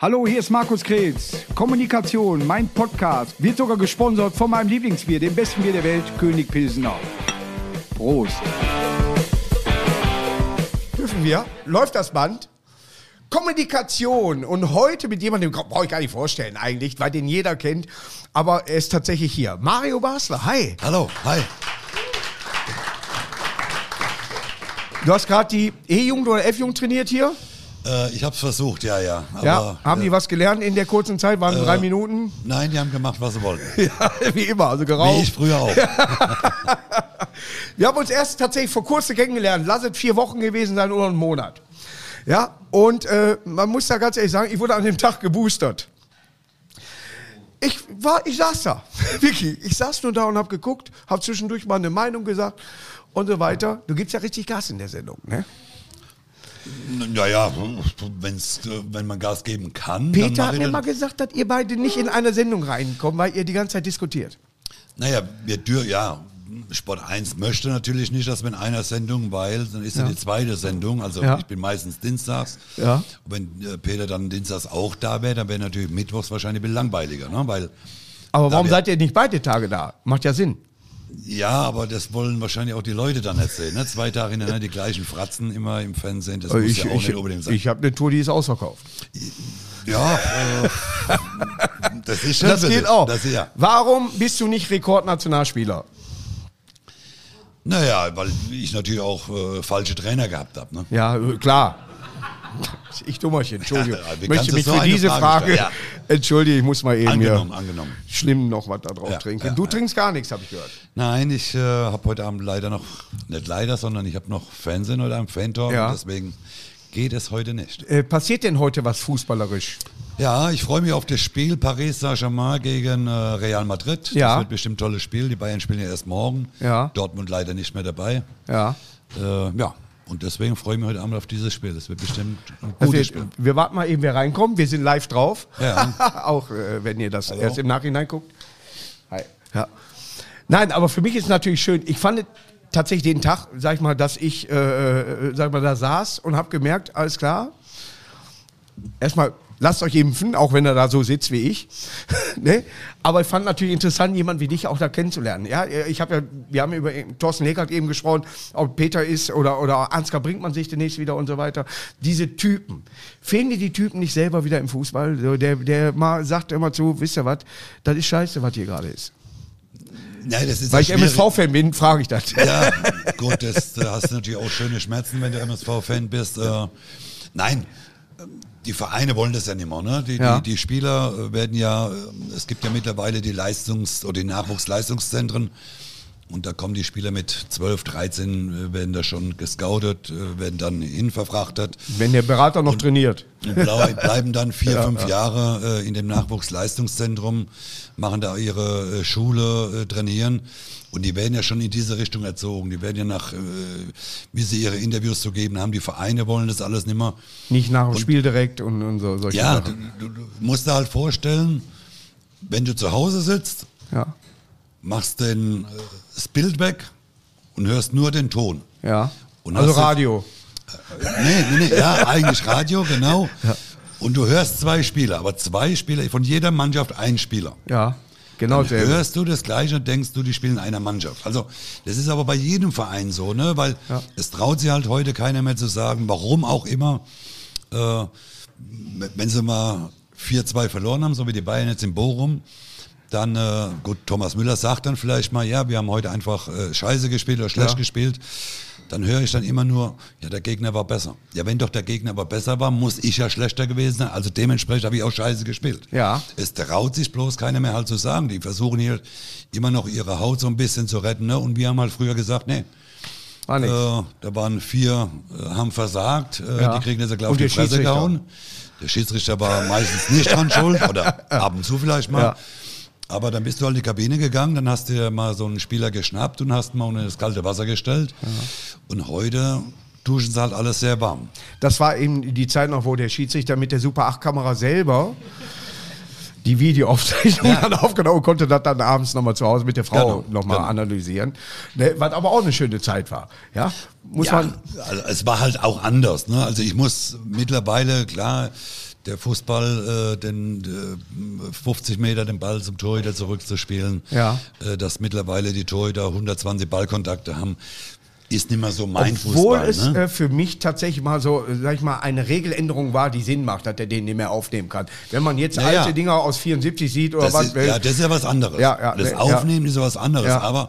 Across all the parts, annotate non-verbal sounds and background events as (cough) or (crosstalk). Hallo, hier ist Markus Kretz. Kommunikation, mein Podcast, wird sogar gesponsert von meinem Lieblingsbier, dem besten Bier der Welt, König Pilsener. Prost. Dürfen wir? Läuft das Band? Kommunikation und heute mit jemandem, brauche ich gar nicht vorstellen eigentlich, weil den jeder kennt, aber er ist tatsächlich hier. Mario Basler, hi. Hallo, hi. Du hast gerade die E-Jugend oder F-Jugend trainiert hier. Äh, ich hab's versucht, ja, ja. Aber, ja, haben äh, die was gelernt in der kurzen Zeit? Waren drei Minuten? Nein, die haben gemacht, was sie wollten. (laughs) Ja, wie immer, also Wie geraucht. ich früher auch. Wir haben uns erst tatsächlich vor kurzem kennengelernt. Lass es vier Wochen gewesen sein oder einen Monat. Ja, und äh, man muss da ganz ehrlich sagen, ich wurde an dem Tag geboostert. Ich, war, ich saß da, (laughs) wirklich. Ich saß nur da und habe geguckt, habe zwischendurch mal eine Meinung gesagt und so weiter. Du gibst ja richtig Gas in der Sendung, ne? Naja, wenn's, äh, wenn man Gas geben kann. Peter dann mach hat ich mir das. mal gesagt, dass ihr beide nicht in einer Sendung reinkommt, weil ihr die ganze Zeit diskutiert. Naja, wir dür, ja. Sport 1 möchte natürlich nicht, dass wir in einer Sendung, weil dann ist ja, die zweite Sendung. Also Ja. ich bin meistens dienstags. Ja. Und wenn äh, Peter dann dienstags auch da wäre, dann wäre natürlich mittwochs wahrscheinlich ein bisschen langweiliger, ne? Weil Aber Da warum wir- seid ihr nicht beide Tage da? Macht ja Sinn. Ja, aber das wollen wahrscheinlich auch die Leute dann nicht sehen. Ne? Zwei Tage hintereinander die gleichen Fratzen immer im Fernsehen. Das muss Oh, ich ja auch ich, nicht unbedingt sein. ich habe eine Tour, die ist ausverkauft. ja, äh, das (laughs) ist schon Das so. geht auch. Das, ist ja. Warum bist du nicht Rekordnationalspieler? Naja, weil ich natürlich auch äh, falsche Trainer gehabt habe. Ne? Ja, äh, klar. Ich Dummerchen, Entschuldigung. Ja, wie Ich kannst möchte du mich so für eine diese Frage, Frage entschuldigen. stellen? entschuldige, ich muss mal eben Angenommen, hier angenommen. schlimm noch was da drauf Ja, trinken. ja, du ja. trinkst gar nichts, habe ich gehört. Nein, ich äh, habe heute Abend leider noch, nicht leider, sondern ich habe noch Fernsehen heute Abend, Fan-Talk. Ja. und Deswegen geht es heute nicht. Äh, passiert denn heute was fußballerisch? Ja, ich freue mich auf das Spiel Paris Saint-Germain gegen äh, Real Madrid. Ja. Das wird bestimmt ein tolles Spiel. Die Bayern spielen ja erst morgen. Ja. Dortmund leider nicht mehr dabei. Ja. Äh, ja, und deswegen freue ich mich heute Abend auf dieses Spiel. Das wird bestimmt ein Also gutes wir, Spiel. wir warten mal eben, wer reinkommt. Wir sind live drauf. Ja. (laughs) Auch äh, wenn ihr das Hallo. erst im Nachhinein guckt. Hi. Ja. Nein, aber für mich ist natürlich schön. Ich fand tatsächlich den Tag, sag ich mal, dass ich, äh, äh, sag ich mal, da saß und habe gemerkt, alles klar. Erstmal lasst euch impfen, auch wenn ihr da so sitzt wie ich. (laughs) ne? Aber ich fand natürlich interessant, jemanden wie dich auch da kennenzulernen. Ja, ich habe ja, wir haben ja über Thorsten Legert eben gesprochen, ob Peter ist oder, oder Ansgar Brinkmann sich demnächst wieder und so weiter. Diese Typen. Fehlen dir die Typen nicht selber wieder im Fußball? So, Der, der mal sagt immer zu, wisst ihr was, das ist scheiße, was hier gerade ist. Nein, das ist Weil ich ja schwierig. MSV-Fan bin, frage ich das. (laughs) Ja, gut, das, da hast du natürlich auch schöne Schmerzen, wenn du MSV-Fan bist. Äh, nein, die Vereine wollen das ja nicht mehr. Ne? Die, Ja. die, die Spieler werden ja, äh, es gibt ja mittlerweile die Leistungs- oder die Nachwuchsleistungszentren. Und da kommen die Spieler mit 12, 13, äh, werden da schon gescoutet, äh, werden dann hinverfrachtet. Wenn der Berater noch trainiert. Und blau- bleiben dann vier, fünf Jahre äh, in dem Nachwuchsleistungszentrum, machen da ihre äh, Schule, äh, trainieren. Und die werden ja schon in diese Richtung erzogen. Die werden ja nach, äh, wie sie ihre Interviews zu geben haben, die Vereine wollen das alles nicht mehr. Nicht nach dem Spiel direkt und, und so, solche Ja, du, Sachen. du, du musst dir halt vorstellen, wenn du zu Hause sitzt, Ja. machst den, äh, das Bild weg und hörst nur den Ton. Ja. Und also hast du- Radio. Nee, nee, nee, ja, eigentlich Radio, genau. Und du hörst zwei Spieler, aber zwei Spieler, von jeder Mannschaft ein Spieler. Ja. Genau selber. Hörst du das Gleiche und denkst du, die spielen in einer Mannschaft. Also, das ist aber bei jedem Verein so, ne? weil Ja. es traut sich halt heute keiner mehr zu sagen, warum auch immer, äh, w- wenn sie mal 4-2 verloren haben, so wie die Bayern jetzt in Bochum, dann, äh, gut, Thomas Müller sagt dann vielleicht mal, ja, wir haben heute einfach äh, scheiße gespielt oder schlecht Ja. gespielt. Dann höre ich dann immer nur, ja, der Gegner war besser. Ja, wenn doch der Gegner aber besser war, muss ich ja schlechter gewesen sein. Also dementsprechend habe ich auch scheiße gespielt. Ja. Es traut sich bloß keiner mehr halt zu sagen. Die versuchen hier immer noch ihre Haut so ein bisschen zu retten. Ne? Und wir haben halt früher gesagt, nee, War äh, nix. da waren vier, äh, haben versagt, äh, Ja. die kriegen jetzt gleich auf Und die der Fresse Schiedsrichter. gehauen. Der Schiedsrichter war meistens nicht dran schuld (laughs) oder ab und zu vielleicht mal. Ja. Aber dann bist du halt in die Kabine gegangen, dann hast du dir mal so einen Spieler geschnappt und hast ihn mal unter das kalte Wasser gestellt. Und heute duschen sie halt alles sehr warm. Das war eben die Zeit noch, wo der Schiedsrichter mit der Super 8-Kamera selber die Videoaufzeichnung (laughs) dann aufgenommen und konnte das dann abends nochmal zu Hause mit der Frau Genau, nochmal genau. analysieren. Ne, was aber auch eine schöne Zeit war. Ja, muss ja, man. also es war halt auch anders. Ne? Also ich muss mittlerweile, klar, der Fußball, äh, den äh, 50 Meter den Ball zum Torhüter zurückzuspielen, Ja. äh, dass mittlerweile die Torhüter 120 Ballkontakte haben, ist nicht mehr so mein Obwohl Fußball. es ne? äh, für mich tatsächlich mal so, äh, sag ich mal, eine Regeländerung war, die Sinn macht, dass er den nicht mehr aufnehmen kann. Wenn man jetzt Naja. alte Dinger aus 74 sieht oder das was, äh, ist, ja, das ist ja was anderes. Ja, ja, das ne, Aufnehmen ist ja was anderes, Ja. aber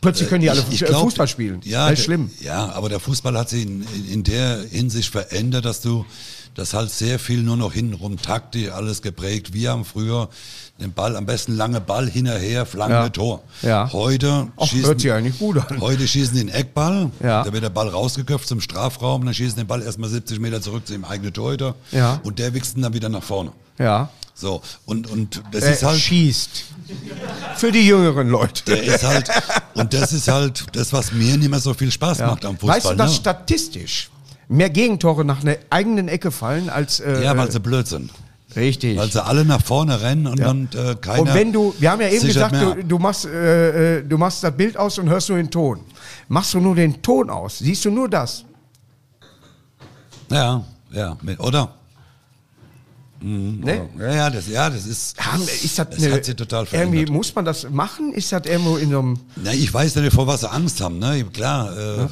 plötzlich können die alle Fu- glaub, Fußball spielen. Ja, das ist der- schlimm. Ja, aber der Fußball hat sich in, in- in der Hinsicht verändert, dass du das halt sehr viel nur noch hintenrum taktisch alles geprägt. Wir haben früher den Ball, am besten lange Ball hinterher, Flanke, Ja. Tor. Ja. Heute Ach, schießen, hört sich eigentlich gut an. heute schießen den Eckball, Ja. da wird der Ball rausgeköpft zum Strafraum, dann schießen den Ball erstmal 70 Meter zurück zu dem eigenen Torhüter Ja. und der wichst ihn dann wieder nach vorne. Ja. So, und, und das Er ist halt... Äh, schießt. Für die jüngeren Leute. Der ist halt, und das ist halt das, was mir nicht mehr so viel Spaß macht am Fußball. weißt du, dass ne? statistisch mehr Gegentore nach einer eigenen Ecke fallen als... Äh, Ja, weil sie blöd sind. Richtig. Weil sie alle nach vorne rennen und dann äh, keiner. und wenn du, wir haben ja eben sichert gesagt, mehr ab. du, du, machst, äh, äh, du machst das Bild aus und hörst nur den Ton. Machst du nur den Ton aus, siehst du nur das. Ja, ja, mit- oder? Ne? Ja, ja, das, ja, das ist. Haben- Ist das das eine- hat sie total irgendwie verändert. muss man das machen? Ist das irgendwo in so einem. Na, ich weiß ja nicht, vor was sie Angst haben. Ne? Klar, äh, äh,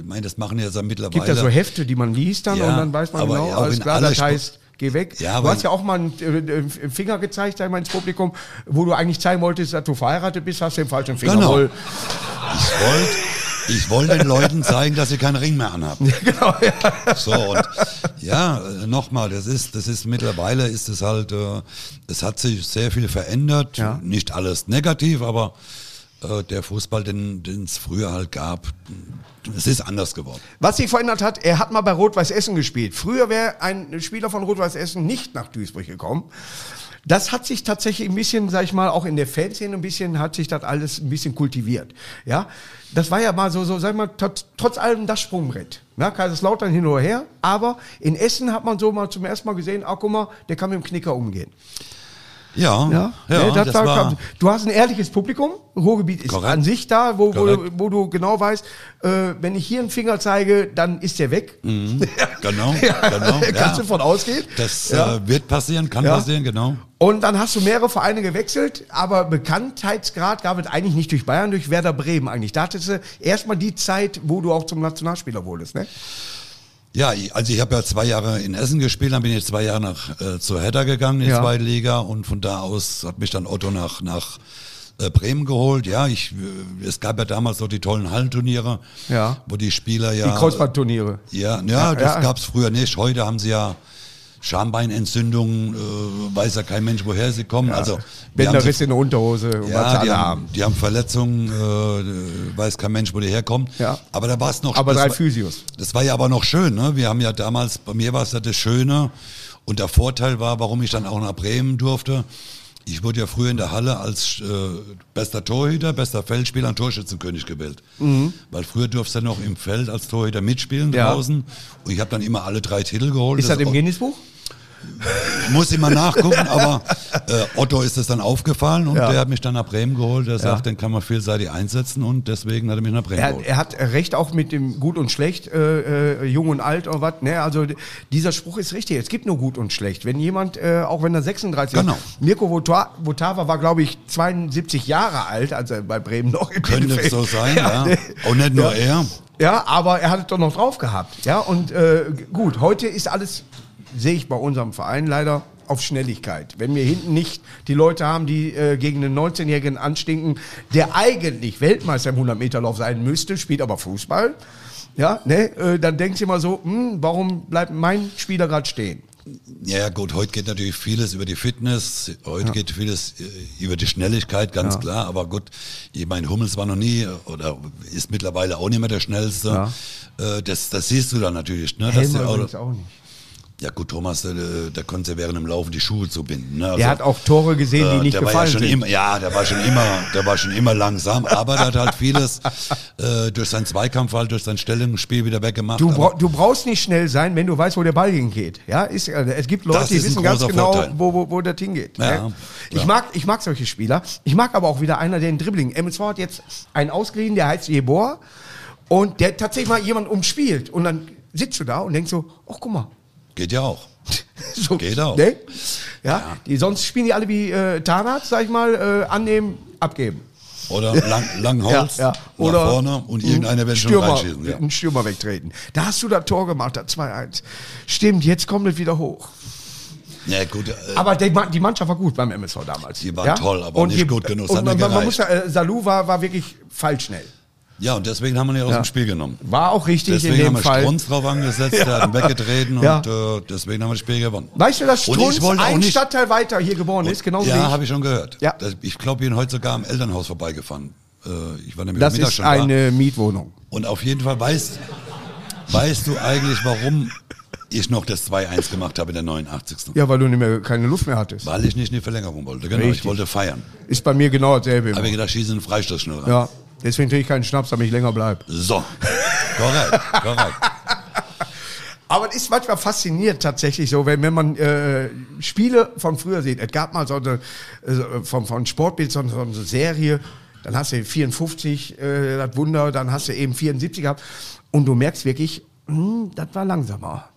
ich meine, das machen ja so mittlerweile. Gibt da so Hefte, die man liest dann Ja, und dann weiß man aber genau, auch alles in klar, aller das Spo- heißt, geh weg. Ja, du aber hast in- ja auch mal einen äh, äh, Finger gezeigt, sag ich mal, ins Publikum, wo du eigentlich zeigen wolltest, dass du verheiratet bist, hast den falschen Finger. Genau. voll. Ich wollte ich wollt den Leuten zeigen, dass sie keinen Ring mehr anhaben. genau ja. So und ja, äh, nochmal, das ist, das ist mittlerweile ist es halt, äh, es hat sich sehr viel verändert. Ja. Nicht alles negativ, aber äh, der Fußball, den es früher halt gab, es ist anders geworden. Was sich verändert hat, er hat mal bei Rot-Weiß Essen gespielt. Früher wäre ein Spieler von Rot-Weiß Essen nicht nach Duisburg gekommen. Das hat sich tatsächlich ein bisschen, sag ich mal, auch in der Fanszene ein bisschen, hat sich das alles ein bisschen kultiviert. Ja, das war ja mal so, so sag ich mal, tot, trotz allem das Sprungbrett. Na, Kaiserslautern hin oder her. Aber in Essen hat man so mal zum ersten Mal gesehen, ah, guck mal, der kann mit dem Knicker umgehen. Ja, ja, Nee, das das war, war, du hast ein ehrliches Publikum. Ruhrgebiet ist Korrekt. an sich da, wo, wo, Korrekt. wo du genau weißt, äh, wenn ich hier einen Finger zeige, dann ist der weg. genau, genau. Kannst ja. du von ausgehen. das Ja. äh, wird passieren, kann Ja. passieren, genau. Und dann hast du mehrere Vereine gewechselt, aber Bekanntheitsgrad gab es eigentlich nicht durch Bayern, durch Werder Bremen eigentlich. Da hattest du erstmal die Zeit, wo du auch zum Nationalspieler wurdest, ne? Ja, ich- also ich habe ja zwei Jahre in Essen gespielt, dann bin ich zwei Jahre nach äh, zur Hedda gegangen in die Ja. zweite Liga und von da aus hat mich dann Otto nach nach äh, Bremen geholt. Ja, ich äh, es gab ja damals so die tollen Hallenturniere, Ja. wo die Spieler ja Die Kreuzbandturniere. ja, ja, das ja. gab's früher nicht. Heute haben sie ja Schambeinentzündungen, äh, weiß ja kein Mensch, woher sie kommen. Also wir haben sie Bänderriss in der Unterhose und was sie ja, die alle haben, haben. die haben Verletzungen, äh, weiß kein Mensch, wo die herkommen. Ja. Aber da war es noch. Aber das drei war- Physios. Das war ja aber noch schön. Ne? Wir haben ja damals, bei mir war es ja das Schöne und der Vorteil war, warum ich dann auch nach Bremen durfte. Ich wurde ja früher in der Halle als äh, bester Torhüter, bester Feldspieler und Torschützenkönig gewählt. Weil früher durfte du ja noch im Feld als Torhüter mitspielen Mhm. Ja. draußen. Und ich habe dann immer alle drei Titel geholt. Ist das im auch- Guinnessbuch? muss ich mal nachgucken, (laughs) aber äh, Otto ist es dann aufgefallen und Ja. der hat mich dann nach Bremen geholt. Der sagt, den kann man vielseitig einsetzen und deswegen hat er mich nach Bremen Er, hat- geholt. er hat recht auch mit dem Gut und Schlecht, äh, äh, Jung und Alt oder was. Ne? Also d- dieser Spruch ist richtig. Es gibt nur Gut und Schlecht. Wenn jemand, äh, auch wenn er 36 Genau. ist, Mirko Vota- Votava war, glaube ich, 72 Jahre alt, als er bei Bremen noch im Könnte Mittelfeld- so (laughs) sein, ja. ne? Und nicht nur er. Ja, aber er hat es doch noch drauf gehabt. Ja, und äh, g- gut, heute ist alles, sehe ich bei unserem Verein leider, auf Schnelligkeit. Wenn wir hinten nicht die Leute haben, die äh, gegen einen 19-Jährigen anstinken, der eigentlich Weltmeister im 100-Meter-Lauf sein müsste, spielt aber Fußball, ja, ne, äh, dann denkst du immer so, hm, warum bleibt mein Spieler gerade stehen? Ja, ja, gut, heute geht natürlich vieles über die Fitness, heute geht vieles äh, über die Schnelligkeit, ganz klar. Aber gut, ich meine, Hummels war noch nie äh, oder ist mittlerweile auch nicht mehr der Schnellste. Äh, das, das siehst du dann natürlich. Ne? dass Helmer die übrigens auch, auch nicht. ja gut, Thomas, äh, der konnte ja während dem Laufen die Schuhe zubinden. Ne? Also- Er hat auch Tore gesehen, die Äh, nicht der war ja gefallen schon sind. immer, ja, der war schon immer, der war schon immer langsam, aber der hat (laughs) halt vieles äh, durch seinen Zweikampf halt, durch sein Stellungsspiel wieder weggemacht. Du, aber brau- du brauchst nicht schnell sein, wenn du weißt, wo der Ball hingeht. Ja, ist, also es gibt Leute, Das die ist ein wissen ganz großer genau, Vorteil. wo, wo, wo das hingeht. Ja, ne? Ich, klar. mag, ich mag solche Spieler. Ich mag aber auch wieder einer, der in Dribbling. MSV hat jetzt einen ausgeliehen, der heißt Jebor. Und der tatsächlich mal (laughs) jemand umspielt. Und dann sitzt du da und denkst so, ach guck mal, geht ja auch. so, Geht auch. Ne? Ja? Die, sonst spielen die alle wie äh, Tarnat, sag ich mal, äh, annehmen, abgeben. Oder lang, Langholz (laughs) ja, ja. nach vorne und irgendeiner wird schon Stürmer, Hm. reinschießen. Ja. Einen Stürmer wegtreten. Da hast du das Tor gemacht, das 2-1. Stimmt, jetzt kommt es wieder hoch. Ja, gut, äh, Aber die, Ma- die Mannschaft war gut beim MSV damals. Die waren toll, aber nicht gut genug. Das Und hat man, nicht man gereicht. muss sagen, äh, Salou war, war wirklich feilschnell. ja, und deswegen haben wir ihn aus dem Spiel genommen. War auch richtig Deswegen in haben dem wir Fall. Strunz drauf angesetzt, der hat ihn weggetreten Ja. und äh, deswegen haben wir das Spiel gewonnen. Weißt du, dass Und ich Strunz wollte auch ein nicht- Stadtteil weiter hier geboren ist? Genauso wie ja, ich. habe ich schon gehört. Ja. Das, ich glaube, ich bin heute sogar am Elternhaus vorbeigefahren. Äh, ich war nämlich am Das Mittag ist schon da. eine Mietwohnung. Und auf jeden Fall weißt, weißt du eigentlich, warum ich noch das 2-1 gemacht habe in der 89. Ja, weil du nicht mehr, keine Luft mehr hattest. Weil ich nicht in die Verlängerung wollte. Genau, Richtig. ich wollte feiern. Ist bei mir genau dasselbe. Habe immer. ich gedacht, schießen einen Freistoß schnell rein. Ja, deswegen trinke ich keinen Schnaps, damit ich länger bleibe. So. korrekt, korrekt. Aber es ist manchmal faszinierend tatsächlich so, wenn, wenn man äh, Spiele von früher sieht. Es gab mal so eine, äh, von, von Sportbild so eine, so eine Serie, dann hast du 54, äh, das Wunder, dann hast du eben 74 gehabt. Und du merkst wirklich, hm, das war langsamer.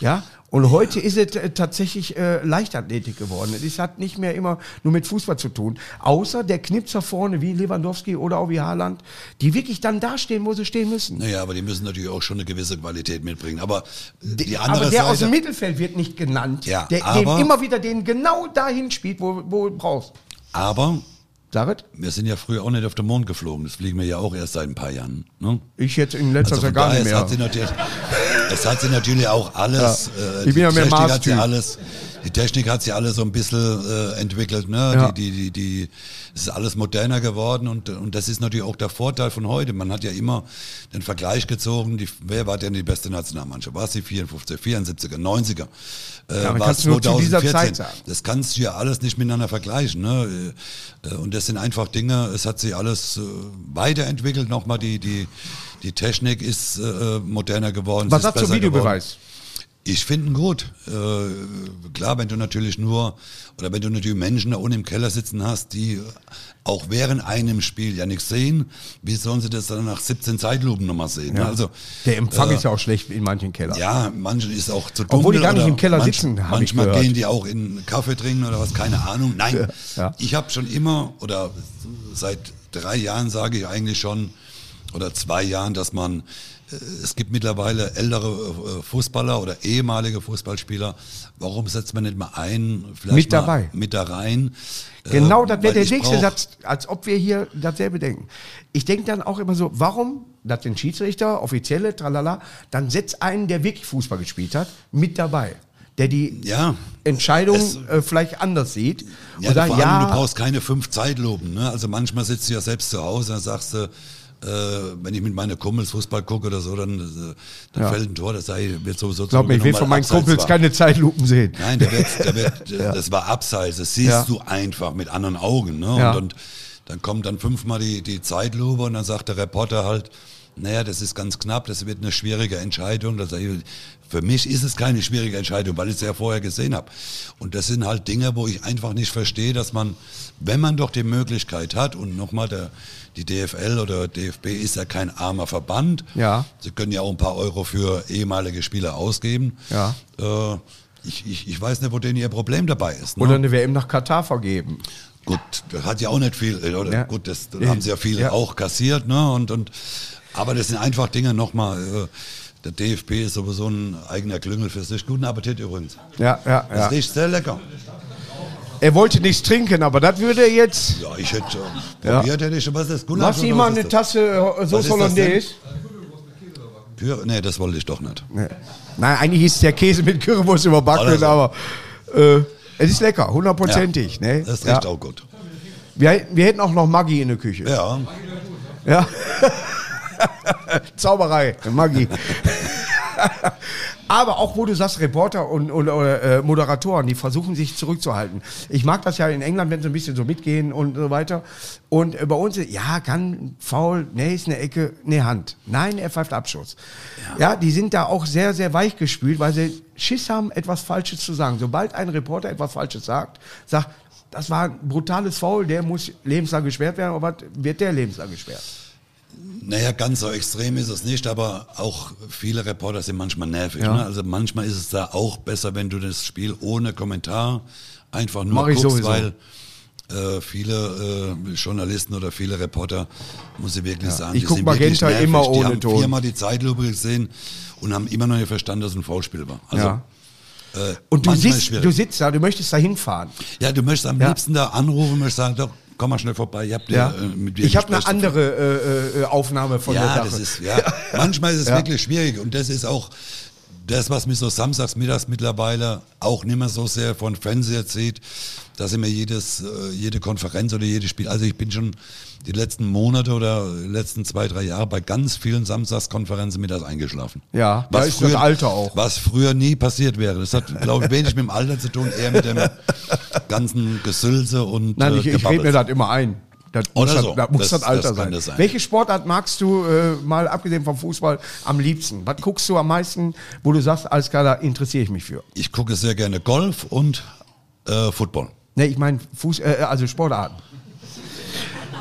Ja, und heute ist es äh, tatsächlich äh, Leichtathletik geworden. Es hat nicht mehr immer nur mit Fußball zu tun. Außer der Knipser vorne wie Lewandowski oder auch wie Haaland, die wirklich dann da stehen, wo sie stehen müssen. Naja, aber die müssen natürlich auch schon eine gewisse Qualität mitbringen. Aber die andere Aber der aus Seite, dem Mittelfeld wird nicht genannt. Ja, der aber- dem immer wieder den genau dahin spielt, wo, wo du brauchst. aber David? wir sind ja früher auch nicht auf den Mond geflogen. Das fliegen wir ja auch erst seit ein paar Jahren. Ne? Ich jetzt in letzter Also von Zeit gar daher, nicht Es hat, sie mehr. natürlich, es hat sie natürlich auch alles. Ja. Äh, Ich die bin ja mehr Technik hat sie Mars-Typ. alles. Die Technik hat sie alles so ein bisschen äh, entwickelt. Ne? Ja. Die, die, die, die, es ist alles moderner geworden und, und das ist natürlich auch der Vorteil von heute. Man hat ja immer den Vergleich gezogen, die, wer war denn die beste Nationalmannschaft? War es die 54er, 74er, 90er? Äh, aber war es kannst du nur zu dieser 2014? Zeit sagen. Das kannst du ja alles nicht miteinander vergleichen. Ne? Äh, Und das sind einfach Dinge, es hat sich alles äh, weiterentwickelt. Nochmal die, die, die Technik ist äh, moderner geworden. es Was ist sagst du besser Videobeweis? Geworden. Ich finde ihn gut. Äh, klar, wenn du natürlich nur, oder wenn du natürlich Menschen da unten im Keller sitzen hast, die auch während einem Spiel ja nichts sehen, wie sollen sie das dann nach 17 Zeitlupen nochmal sehen? Ne? Also, Der Empfang ist ja auch schlecht in manchen Kellern. ja, manche ist auch zu dunkel. Obwohl die gar nicht oder im Keller sitzen, hab ich Manchmal gehört. gehen die auch in Kaffee trinken oder was, keine Ahnung. Nein, Ja. ich habe schon immer oder seit drei Jahren sage ich eigentlich schon oder zwei Jahren, dass man äh, es gibt mittlerweile ältere äh, Fußballer oder ehemalige Fußballspieler. Warum setzt man nicht mal einen vielleicht Mit mal dabei. mit da rein? Äh, Genau, das wäre weil der ich nächste brauch- Satz, als ob wir hier dasselbe denken. Ich denke dann auch immer so, warum, das sind Schiedsrichter, Offizielle, tralala, dann setz einen, der wirklich Fußball gespielt hat, mit dabei. Der die Ja. Entscheidung Es- äh, vielleicht anders sieht. Ja, und vor sagt, allem, ja, du brauchst keine fünf Zeitlupen. Ne? Also manchmal sitzt du ja selbst zu Hause, dann sagst du, äh, wenn ich mit meinen Kumpels Fußball gucke oder so, dann, äh, dann Ja. fällt ein Tor, das sei, wird sowieso glaub mir, ich will von meinen Kumpels keine keine Zeitlupen sehen. Nein, der wird, der (laughs) wird, das war abseits. Das siehst Ja. du einfach mit anderen Augen. Ne? Ja. Und, und dann kommt dann fünfmal die, die Zeitlupe und dann sagt der Reporter halt, naja, das ist ganz knapp, das wird eine schwierige Entscheidung. Das, für mich ist es keine schwierige Entscheidung, weil ich es ja vorher gesehen habe. Und das sind halt Dinge, wo ich einfach nicht verstehe, dass man, wenn man doch die Möglichkeit hat, und nochmal, der, die DFL oder DFB ist ja kein armer Verband. Ja. Sie können ja auch ein paar Euro für ehemalige Spieler ausgeben. Ja. Äh, ich, ich, ich weiß nicht, wo denn ihr Problem dabei ist. Ne? Oder eine WM nach Katar vergeben. gut, das hat ja auch nicht viel, äh, oder? Ja. Gut, das Ja. da haben sie ja viele Ja. auch kassiert, ne? Und, und, aber das sind einfach Dinge nochmal. Äh, der DFB ist sowieso ein eigener Klüngel für sich. Guten Appetit übrigens. Ja, ja, Das ja. riecht sehr lecker. Er wollte nichts trinken, aber das würde er jetzt. Ja, ich hätte äh, Ja. probiert, hätte ich schon was das Gulasch. Machst du ihm oder mal was eine ist das? Tasse äh, Was Sauce ist das Hollandaise? Pür- Nee, das wollte ich doch nicht. Nee. Nein, eigentlich ist der Käse mit Currywurst überbacken, Oder so. aber äh, es ist lecker, hundertprozentig. ne? Das ja. riecht auch gut. wir, wir hätten auch noch Maggi in der Küche. Ja, Ja. (laughs) Zauberei, Magie. (laughs) Aber auch wo du sagst, Reporter und, und äh, Moderatoren, die versuchen sich zurückzuhalten. Ich mag das ja in England, wenn sie ein bisschen so mitgehen und so weiter. Und äh, bei uns, ja, kann faul, nee, ist eine Ecke, nee, Hand. Nein, er pfeift Abschuss. Ja. die sind da auch sehr, sehr weich gespült, weil sie Schiss haben, etwas Falsches zu sagen. Sobald ein Reporter etwas Falsches sagt, sagt, das war ein brutales Foul, der muss lebenslang gesperrt werden, aber was wird der lebenslang gesperrt? Naja, ganz so extrem ist es nicht, aber auch viele Reporter sind manchmal nervig. Ne? Also manchmal ist es da auch besser, wenn du das Spiel ohne Kommentar einfach nur Mach ich guckst, sowieso. weil äh, viele äh, Journalisten oder viele Reporter, muss ich wirklich sagen, Ich guck Magenta wirklich nervig. immer Die ohne haben Ton. viermal die Zeitlupe gesehen und haben immer noch nicht verstanden, dass es ein Foulspiel war. Also, Ja. äh, Und du manchmal ist sitzt, schwierig. du sitzt da, du möchtest da hinfahren. Ja, du möchtest am Ja. liebsten da anrufen, möchtest sagen, doch, komm mal schnell vorbei. Ich hab dir, Ja. äh, mit dir ich habe eine Gespräch zu andere äh, äh, Aufnahme von der ja, Sache. das ist, ja. Manchmal ist es (laughs) Ja. wirklich schwierig und das ist auch das, was mich so samstags, mittags mittlerweile auch nicht mehr so sehr von Fernseher zieht, dass ich mir jedes, äh, jede Konferenz oder jedes Spiel, also ich bin schon die letzten Monate oder letzten zwei, drei Jahre bei ganz vielen Samstagskonferenzen mittags eingeschlafen. Ja, da ist das Alter auch. Was früher nie passiert wäre. Das hat, (laughs) glaube ich, wenig mit dem Alter zu tun, eher mit dem ganzen Gesülze und äh, Nein, ich, ich rede mir Gebabbel. das immer ein. Das Oder muss, so. das, das, muss Das- das, Alter das kann sein. das sein. Welche Sportart magst du, äh, mal abgesehen vom Fußball, am liebsten? Was guckst du am meisten, wo du sagst, alles klar, da interessiere ich mich für? Ich gucke sehr gerne Golf und äh, Football. Ne, ich meine, Fuß, äh, also Sportarten.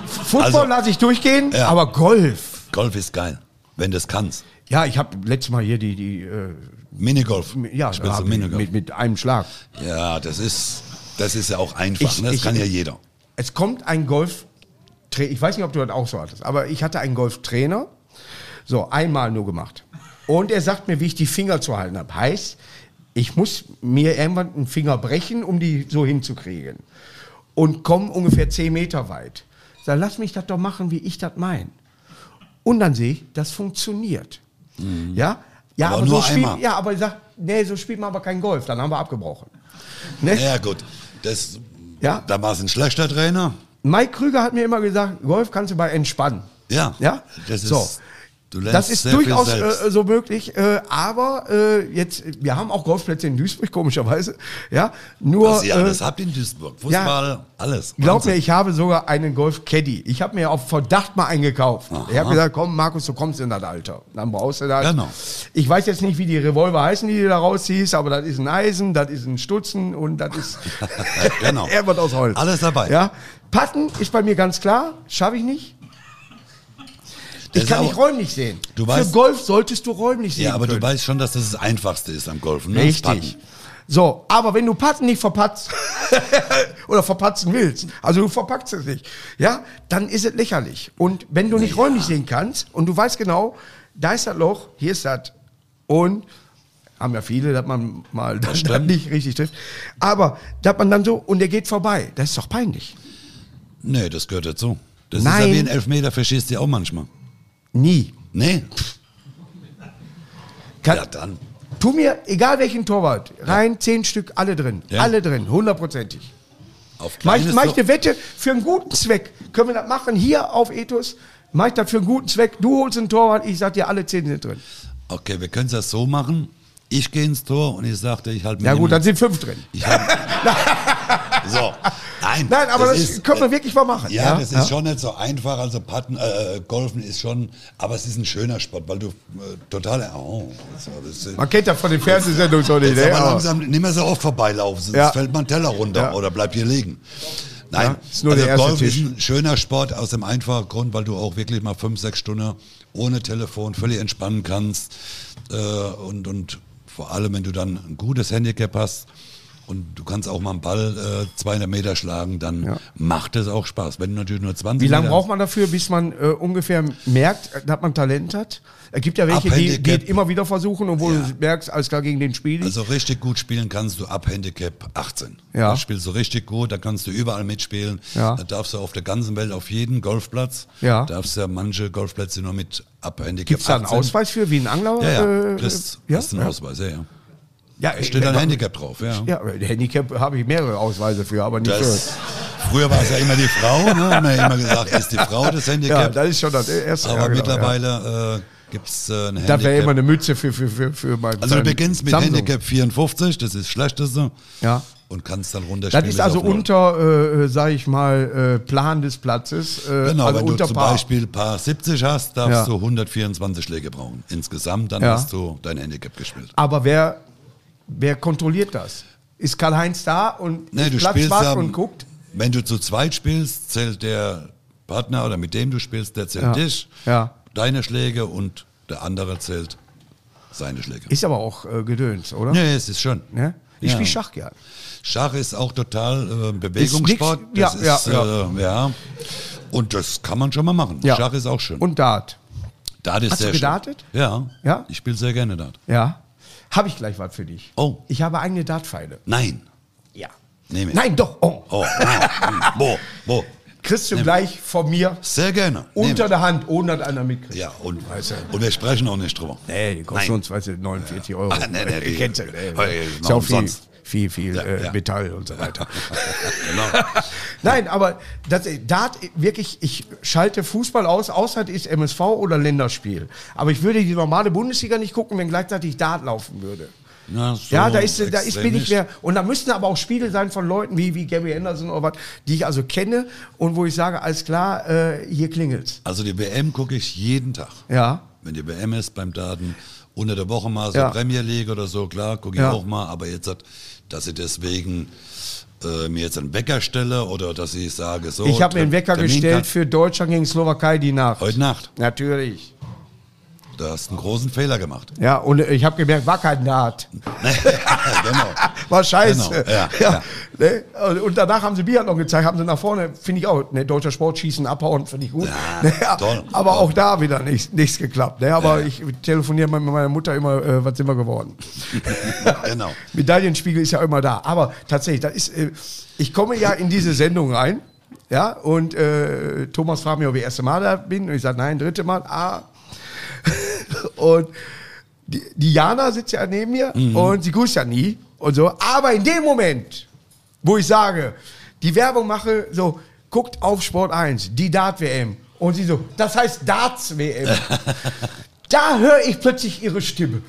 Football Also- lasse ich durchgehen, Ja. aber Golf. Golf ist geil, wenn du es kannst. Ja, ich habe letztes Mal hier die, die äh, Minigolf. ja, Spielst hab du ich Minigolf? mit, mit einem Schlag. ja, das ist, das ist ja auch einfach. Ich- ne? Das ich- kann ja jeder. Es kommt ein Golf, ich weiß nicht, ob du das auch so hattest, aber ich hatte einen Golftrainer, so einmal nur gemacht. Und er sagt mir, wie ich die Finger zu halten habe. Heißt, ich muss mir irgendwann einen Finger brechen, um die so hinzukriegen. Und komme ungefähr 10 Meter weit. Dann lass mich das doch machen, wie ich das meine. Und dann sehe ich, das funktioniert. Ja? Ja, Mhm. Aber aber, nur so spielt, einmal. ja, aber ich sag, nee, so spielt man aber kein Golf. Dann haben wir abgebrochen. Ne? Ja, gut. Das, Ja. Da war es ein schlechter Trainer. Mike Krüger hat mir immer gesagt, Golf kannst du bei entspannen. Ja. Ja? Das ist, So. du Das ist sehr viel durchaus selbst. äh, so möglich, äh, aber äh, jetzt, wir haben auch Golfplätze in Duisburg, komischerweise. Ja, nur, was ihr alles äh, habt in Duisburg. Fußball, alles. glaub mir, Wahnsinn. ich habe sogar einen Golf-Caddy. Ich habe mir auf Verdacht mal einen gekauft. Ich habe gesagt, komm, Markus, du kommst in das Alter. Dann brauchst du das. Genau. Ich weiß jetzt nicht, wie die Revolver heißen, die du da rausziehst, aber das ist ein Eisen, das ist ein Stutzen und das ist (laughs) Genau. er wird aus Holz. Alles dabei. Ja. Patten ist bei mir ganz klar, schaffe ich nicht. Das Ich kann ist nicht auch- räumlich sehen. Du weißt- Für Golf solltest du räumlich sehen. Ja, aber können. du weißt schon, dass das das Einfachste ist am Golfen. Ne? Das Richtig. Putten. So, aber wenn du Patten nicht verpatzt (laughs) oder verpatzen willst, also du verpackst es nicht, ja, dann ist es lächerlich. Und wenn du nicht räumlich sehen kannst und du weißt genau, da ist das Loch, hier ist das und haben ja viele, dass man mal das dann stimmt. nicht richtig trifft, aber dass man dann so und der geht vorbei, das ist doch peinlich. Nee, das gehört dazu. Das ist Nein. ja wie ein Elfmeter, verschießt die auch manchmal. Nie. Nee. Kann, Ja, dann. Tu mir, egal welchen Torwart, rein zehn Stück, alle drin, Ja. alle drin, hundertprozentig. Auf Mach ich, kleines mach ich Loch. eine Wette für einen guten Zweck. Können wir das machen hier auf Ethos? Mach ich das für einen guten Zweck? Du holst einen Torwart, ich sag dir, alle zehn sind drin. Okay, wir können es ja so machen. Ich gehe ins Tor und ich sagte, ich halte mir. Ja gut, dann niemand- sind fünf drin. Ich hab, (laughs) so, nein. Nein, aber das, können wir wirklich mal machen. Ja, das ist schon nicht so einfach. Also Patten, äh, Golfen ist schon, aber es ist ein schöner Sport, weil du äh, total. Oh, das war- das ist- Man kennt das von den Fernsehsendungen so nicht. Jetzt Ne? aber Aber- langsam nicht mehr so oft vorbeilaufen, sonst Ja. fällt mein Teller runter Ja. oder bleibt hier liegen. Nein, also Ja, ist nur der erste Golf Tisch. ist ein schöner Sport aus dem einfachen Grund, weil du auch wirklich mal fünf, sechs Stunden ohne Telefon völlig entspannen kannst äh, und, und vor allem, wenn du dann ein gutes Handicap hast und du kannst auch mal einen Ball äh, 200 Meter schlagen, dann Ja. macht es auch Spaß. Wenn du natürlich nur 20 Wie lange Meter braucht man dafür, bis man äh, ungefähr merkt, dass man Talent hat? Es gibt ja welche, Ab die, die Handicap. immer wieder versuchen und wo Ja. du merkst, alles klar, gegen den Spiel. Also richtig gut spielen kannst du ab Handicap 18. Ja. Da spielst du richtig gut, da kannst du überall mitspielen. Ja. Da darfst du auf der ganzen Welt, auf jeden Golfplatz, Ja. darfst ja manche Golfplätze nur mit ab Handicap Gibt es da einen 18. Ausweis für, wie ein Angler? Ja, ja, äh, kriegst, ja? kriegst einen Ausweis, ja, ja. ja, Da steht ein ja, Handicap drauf, ja. Ja, Handicap habe ich mehrere Ausweise für, aber nicht für. Das, früher war es ja immer die Frau, ne? haben wir ja (laughs) immer gesagt, ist die Frau das Ja, Handicap. das ist schon das erste. aber ja, genau, Ja. mittlerweile äh, gibt es äh, ein Da wäre Handicap. immer eine Mütze für, für, für, für mein also du mein beginnst mit Samsung. Handicap 54, das ist das Schlechteste. Ja. Und kannst dann runterspielen. Das ist bis also auf Null. unter, äh, sage ich mal, äh, Plan des Platzes. Äh, Genau, also wenn unter du zum Paar. Beispiel Paar 70 hast, darfst Ja. du 124 Schläge brauchen. Insgesamt, dann Ja. hast du dein Handicap gespielt. Aber wer, wer kontrolliert das? Ist Karl-Heinz da und Nee, ist du Platzwart spielst ja, und guckt? Wenn du zu zweit spielst, zählt der Partner oder mit dem du spielst, der zählt Ja. dich, Ja. deine Schläge und der andere zählt seine Schläge. Ist aber auch äh, gedöns, oder? nee, es ist schön. Ne? Ich Ja. spiele Schach gern. Schach ist auch total äh, Bewegungssport. Ist nix- ja, ist, ja, Äh, ja. Und das kann man schon mal machen. Ja. Schach ist auch schön. Und Dart. Dart ist Hast du sehr gedartet? Schön. Ja. Ja? Ich spiele sehr gerne Dart. Ja. Habe ich gleich was für dich. Oh. Ich habe eigene Dartpfeile. Nein. Ja. Nehme ich. Nein, doch. Oh. Oh, nein. Hm, Bo, Bo. Kriegst du gleich von mir Sehr gerne. unter Nehme der Hand, ohne dass einer mitkriegt. ich. Ja, und, und wir sprechen auch nicht drüber. Nee, die kosten Nein. uns, weißt du, 49 Euro. Ah, nee, nee, die- Kennst du, nee. Hey, Ist noch auch viel, umsonst. viel, viel Ja, äh, ja. Metall und (laughs) so weiter. Genau. Nein, aber das, Dart, wirklich, ich schalte Fußball aus, außer es ist MSV oder Länderspiel. Aber ich würde die normale Bundesliga nicht gucken, wenn gleichzeitig Dart laufen würde. Na, so ja, da ist, da ist mir nicht extremistisch. mehr. Und da müssten aber auch Spiele sein von Leuten wie, wie Gary Anderson oder was, die ich also kenne und wo ich sage, alles klar, äh, hier klingelt's. Also die WM gucke ich jeden Tag. Ja. Wenn die WM ist beim Daten, unter der Woche mal so Ja. Premier League oder so, klar, gucke ich Ja. auch mal. Aber jetzt, hat, dass ich deswegen äh, mir jetzt einen Wecker stelle oder dass ich sage, so. ich habe mir einen Wecker äh, Termin gestellt kann- für Deutschland gegen Slowakei die Nacht. Heute Nacht. Natürlich. Du hast einen großen Fehler gemacht. (laughs) Ja, und ich habe gemerkt, war kein Naht. genau. War scheiße. Genau, (laughs) ja, ja. Ne? Und- Und danach haben sie Biathlon gezeigt, haben sie nach vorne, finde ich auch, ne, deutscher Sport, schießen, abhauen, finde ich gut. Ja, (laughs) Ne, toll. aber Toll. auch da wieder nichts, nichts geklappt. Ne? Aber Ja. ich telefoniere mit meiner Mutter immer, äh, was sind wir geworden? genau. Medaillenspiegel ist ja immer da. Aber tatsächlich, das ist, äh, ich komme ja in diese Sendung rein. Ja, und äh, Thomas fragt mich, ob ich das erste Mal da bin. Und ich sage, nein, dritte Mal. Ah. (laughs) und die, die Jana sitzt ja neben mir und sie grüßt ja nie und so. Aber in dem Moment, wo ich sage, die Werbung mache, so, guckt auf Sport 1, die Dart-WM. Und sie so, das heißt Darts-WM. da höre ich plötzlich ihre Stimme.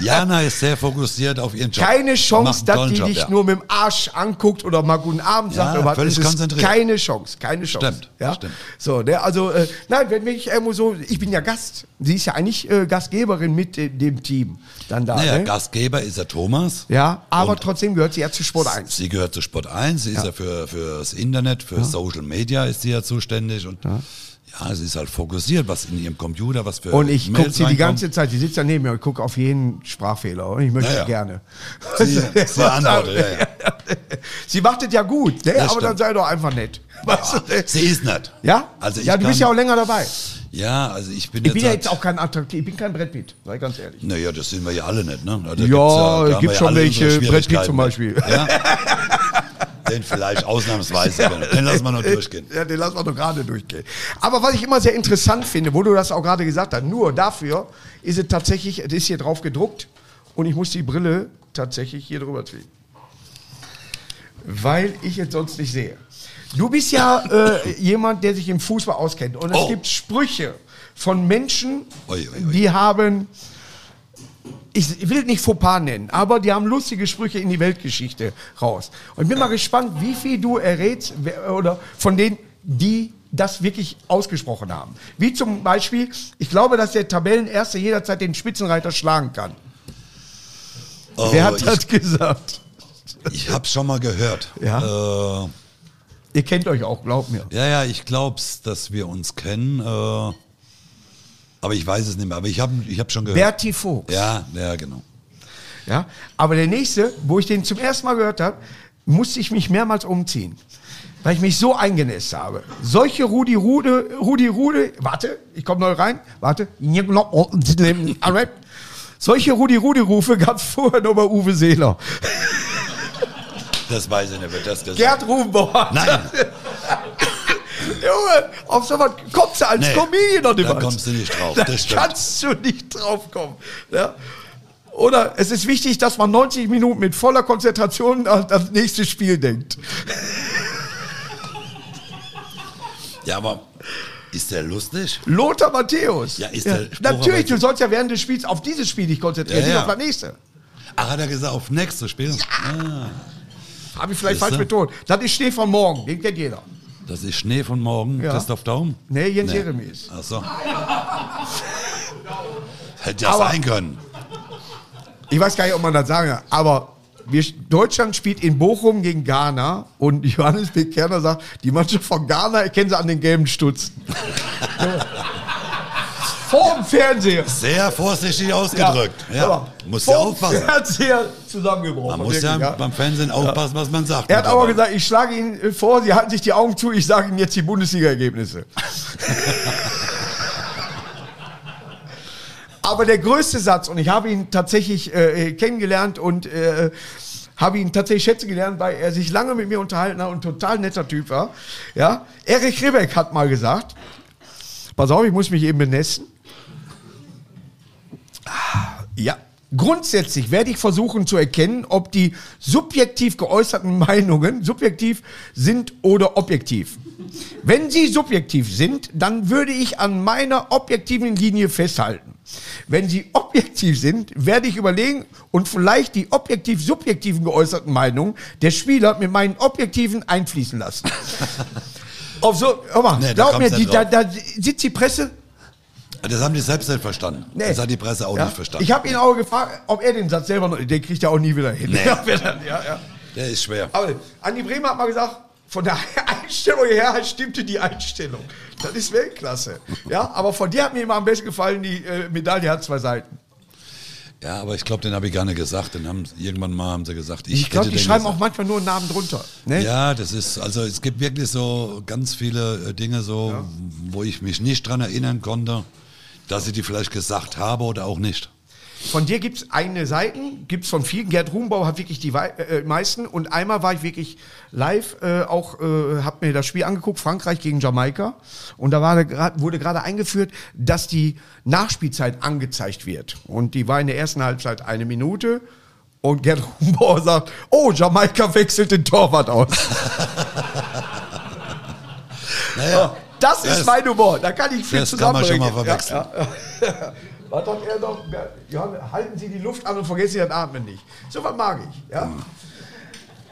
Jana ist sehr fokussiert auf ihren Job. Keine Macht Chance, einen dass tollen die Job, dich ja. nur mit dem Arsch anguckt oder mal guten Abend Ja, sagt. Oder was. völlig Es ist konzentriert. Keine Chance, keine Chance. Stimmt, ja? stimmt. So, ne, also, äh, nein, wenn ich irgendwo so, ich bin ja Gast. Sie ist ja eigentlich äh, Gastgeberin mit äh, dem Team dann da. Naja, ne? Gastgeber ist der Thomas. ja, aber Und- trotzdem gehört sie ja zu Sport 1. Sie gehört zu Sport 1, sie ist ja für fürs Internet, für Social Media ist sie ja zuständig und ja. sie ist halt fokussiert, was in ihrem Computer, was für Und ich gucke Mails sie die reinkommen. ganze Zeit, sie sitzt ja neben mir und gucke auf jeden Sprachfehler und ich möchte Ja, ja. gerne. (laughs) Sie, sie antwortet, ja, ja. Sie wartet ja gut, ne? Das aber dann stimmt. sei doch einfach nett. Weißt du, ne? Sie ist nicht. Ja? Also ich ja, du kann, bist ja auch länger dabei. Ja, also ich bin, Ich bin ja halt- jetzt auch kein attraktiv, ich bin kein Brett Pitt, sei ganz ehrlich. Naja, das sind wir ja alle nicht, ne? Da gibt's Ja, da es haben gibt wir schon alle unsere welche, Brett Pitt Schwierigkeiten. zum Beispiel. Ja? Den vielleicht ausnahmsweise, den lassen wir noch durchgehen. Ja, den lassen wir doch gerade durchgehen. Aber was ich immer sehr interessant finde, wo du das auch gerade gesagt hast, nur dafür ist es tatsächlich, es ist hier drauf gedruckt und ich muss die Brille tatsächlich hier drüber ziehen. Weil ich es sonst nicht sehe. Du bist ja äh, jemand, der sich im Fußball auskennt und es Oh. gibt Sprüche von Menschen, Ui, ui, ui. die haben ich will nicht Fauxpas nennen, aber die haben lustige Sprüche in die Weltgeschichte raus. Und ich bin mal gespannt, wie viel du errätst wer- oder von denen, die das wirklich ausgesprochen haben. Wie zum Beispiel, ich glaube, dass der Tabellenerste jederzeit den Spitzenreiter schlagen kann. Oh, (laughs) Wer hat ich das gesagt? ich habe schon mal gehört. Ja. Äh, Ihr kennt euch auch, glaubt mir. Ja, ja, ich glaub's, dass wir uns kennen. Äh, aber ich weiß es nicht mehr. Aber ich habe ich hab schon gehört. Berti Vogt. Ja, ja, genau. Ja? Aber der nächste, wo ich den zum ersten Mal gehört habe, musste ich mich mehrmals umziehen, weil ich mich so eingenässt habe. Solche Rudi Rude, Rudi Rude, warte, ich komme neu rein, warte. Solche Rudi Rude Rufe gab es vorher nur bei Uwe Seeler. Das weiß ich nicht, wer das gesagt Gerd Rubenbauer. Nein. Junge, auf sowas kommst du als Nee, Comedian noch nicht da mal. kommst du nicht drauf, Da das stimmt. kannst du nicht drauf kommen. Ja? Oder es ist wichtig, dass man 90 Minuten mit voller Konzentration an das nächste Spiel denkt. Ja, aber ist der lustig? Lothar Matthäus. Ja, ist der Spruch aber Natürlich, jetzt- du sollst ja während des Spiels auf dieses Spiel dich konzentrieren, Ja, nicht ja. auf das nächste. Ach, hat er gesagt, auf nächstes Spiel? Ah, Habe ich vielleicht Siehste? falsch betont. Das ist Schnee von morgen, den kennt jeder. das ist Schnee von morgen. Ja. Christoph Daum? Nee, Jens Jeremies. Ach (laughs) so. Hätte ja Aber- sein können. Ich weiß gar nicht, ob man das sagen kann, aber wir, Deutschland spielt in Bochum gegen Ghana und (laughs) Johannes B. Kerner sagt, die Mannschaft von Ghana erkennen sie an den (laughs) gelben Stutzen. Vor dem Fernseher. Sehr vorsichtig ausgedrückt. Ja, aber Muss ja vorm (laughs) aufpassen. Fernseher zusammengebrochen. Man muss wirklich, ja, ja. beim Fernsehen aufpassen, was man sagt. Er hat aber Mitarbeiter. gesagt, ich schlage Ihnen vor, Sie halten sich die Augen zu, ich sage Ihnen jetzt die Bundesliga-Ergebnisse. aber der größte Satz, und ich habe ihn tatsächlich äh, kennengelernt und äh, habe ihn tatsächlich schätzen gelernt, weil er sich lange mit mir unterhalten hat und ein total netter Typ war. Ja? Erich Ribbeck hat mal gesagt, pass auf, ich muss mich eben benessen. Ja. Grundsätzlich werde ich versuchen zu erkennen, ob die subjektiv geäußerten (laughs) Meinungen subjektiv sind oder objektiv. Wenn sie subjektiv sind, dann würde ich an meiner objektiven Linie festhalten. Wenn sie (laughs) objektiv sind, werde ich überlegen und vielleicht die objektiv-subjektiven geäußerten Meinungen der Spieler mit meinen objektiven (laughs) einfließen lassen. Auf so, hör mal, Nee, da glaub mir, kommt's die, nicht da, drauf. da sitzt die Presse, Das haben die selbst nicht verstanden. Nee. Das hat die Presse auch ja? nicht verstanden. Ich habe ihn auch gefragt, ob er den Satz selber noch, den kriegt er auch nie wieder hin. (laughs) Nee. Ja, wer dann- ja, ja. Der ist schwer. Aber Andi Bremer hat mal gesagt, von der (laughs) Einstellung her halt stimmte die Einstellung. Das ist Weltklasse. Ja, aber von dir hat mir immer am besten gefallen, die äh, Medaille hat zwei Seiten. Ja, aber ich glaube, den habe ich gar nicht gesagt. Den haben irgendwann mal haben sie gesagt. Ich glaube, hätte die den schreiben gesagt. auch manchmal nur einen Namen drunter. Ne? Ja, das ist, also es gibt wirklich so ganz viele äh, Dinge so, wo ich mich nicht dran erinnern konnte, dass ich die vielleicht gesagt habe oder auch nicht. Von dir gibt es eine Seiten, gibt es von vielen. Gerd Ruhmbau hat wirklich die wei- äh, meisten. Und einmal war ich wirklich live, äh, auch äh, habe mir das Spiel angeguckt, Frankreich gegen Jamaika. Und da war, grad- wurde gerade eingeführt, dass die Nachspielzeit angezeigt wird. Und die war in der ersten Halbzeit eine Minute. Und Gerd (laughs) Ruhmbauer sagt, oh, Jamaika wechselt den Torwart aus. Naja, Das Das- ist mein Humor, da kann ich viel das kann man zusammenbringen. schon mal verwechseln. Ja, ja. (laughs) Was hat er noch? Johann, halten Sie die Luft an und vergessen Sie das Atmen nicht. So was mag ich. Ja? Mhm.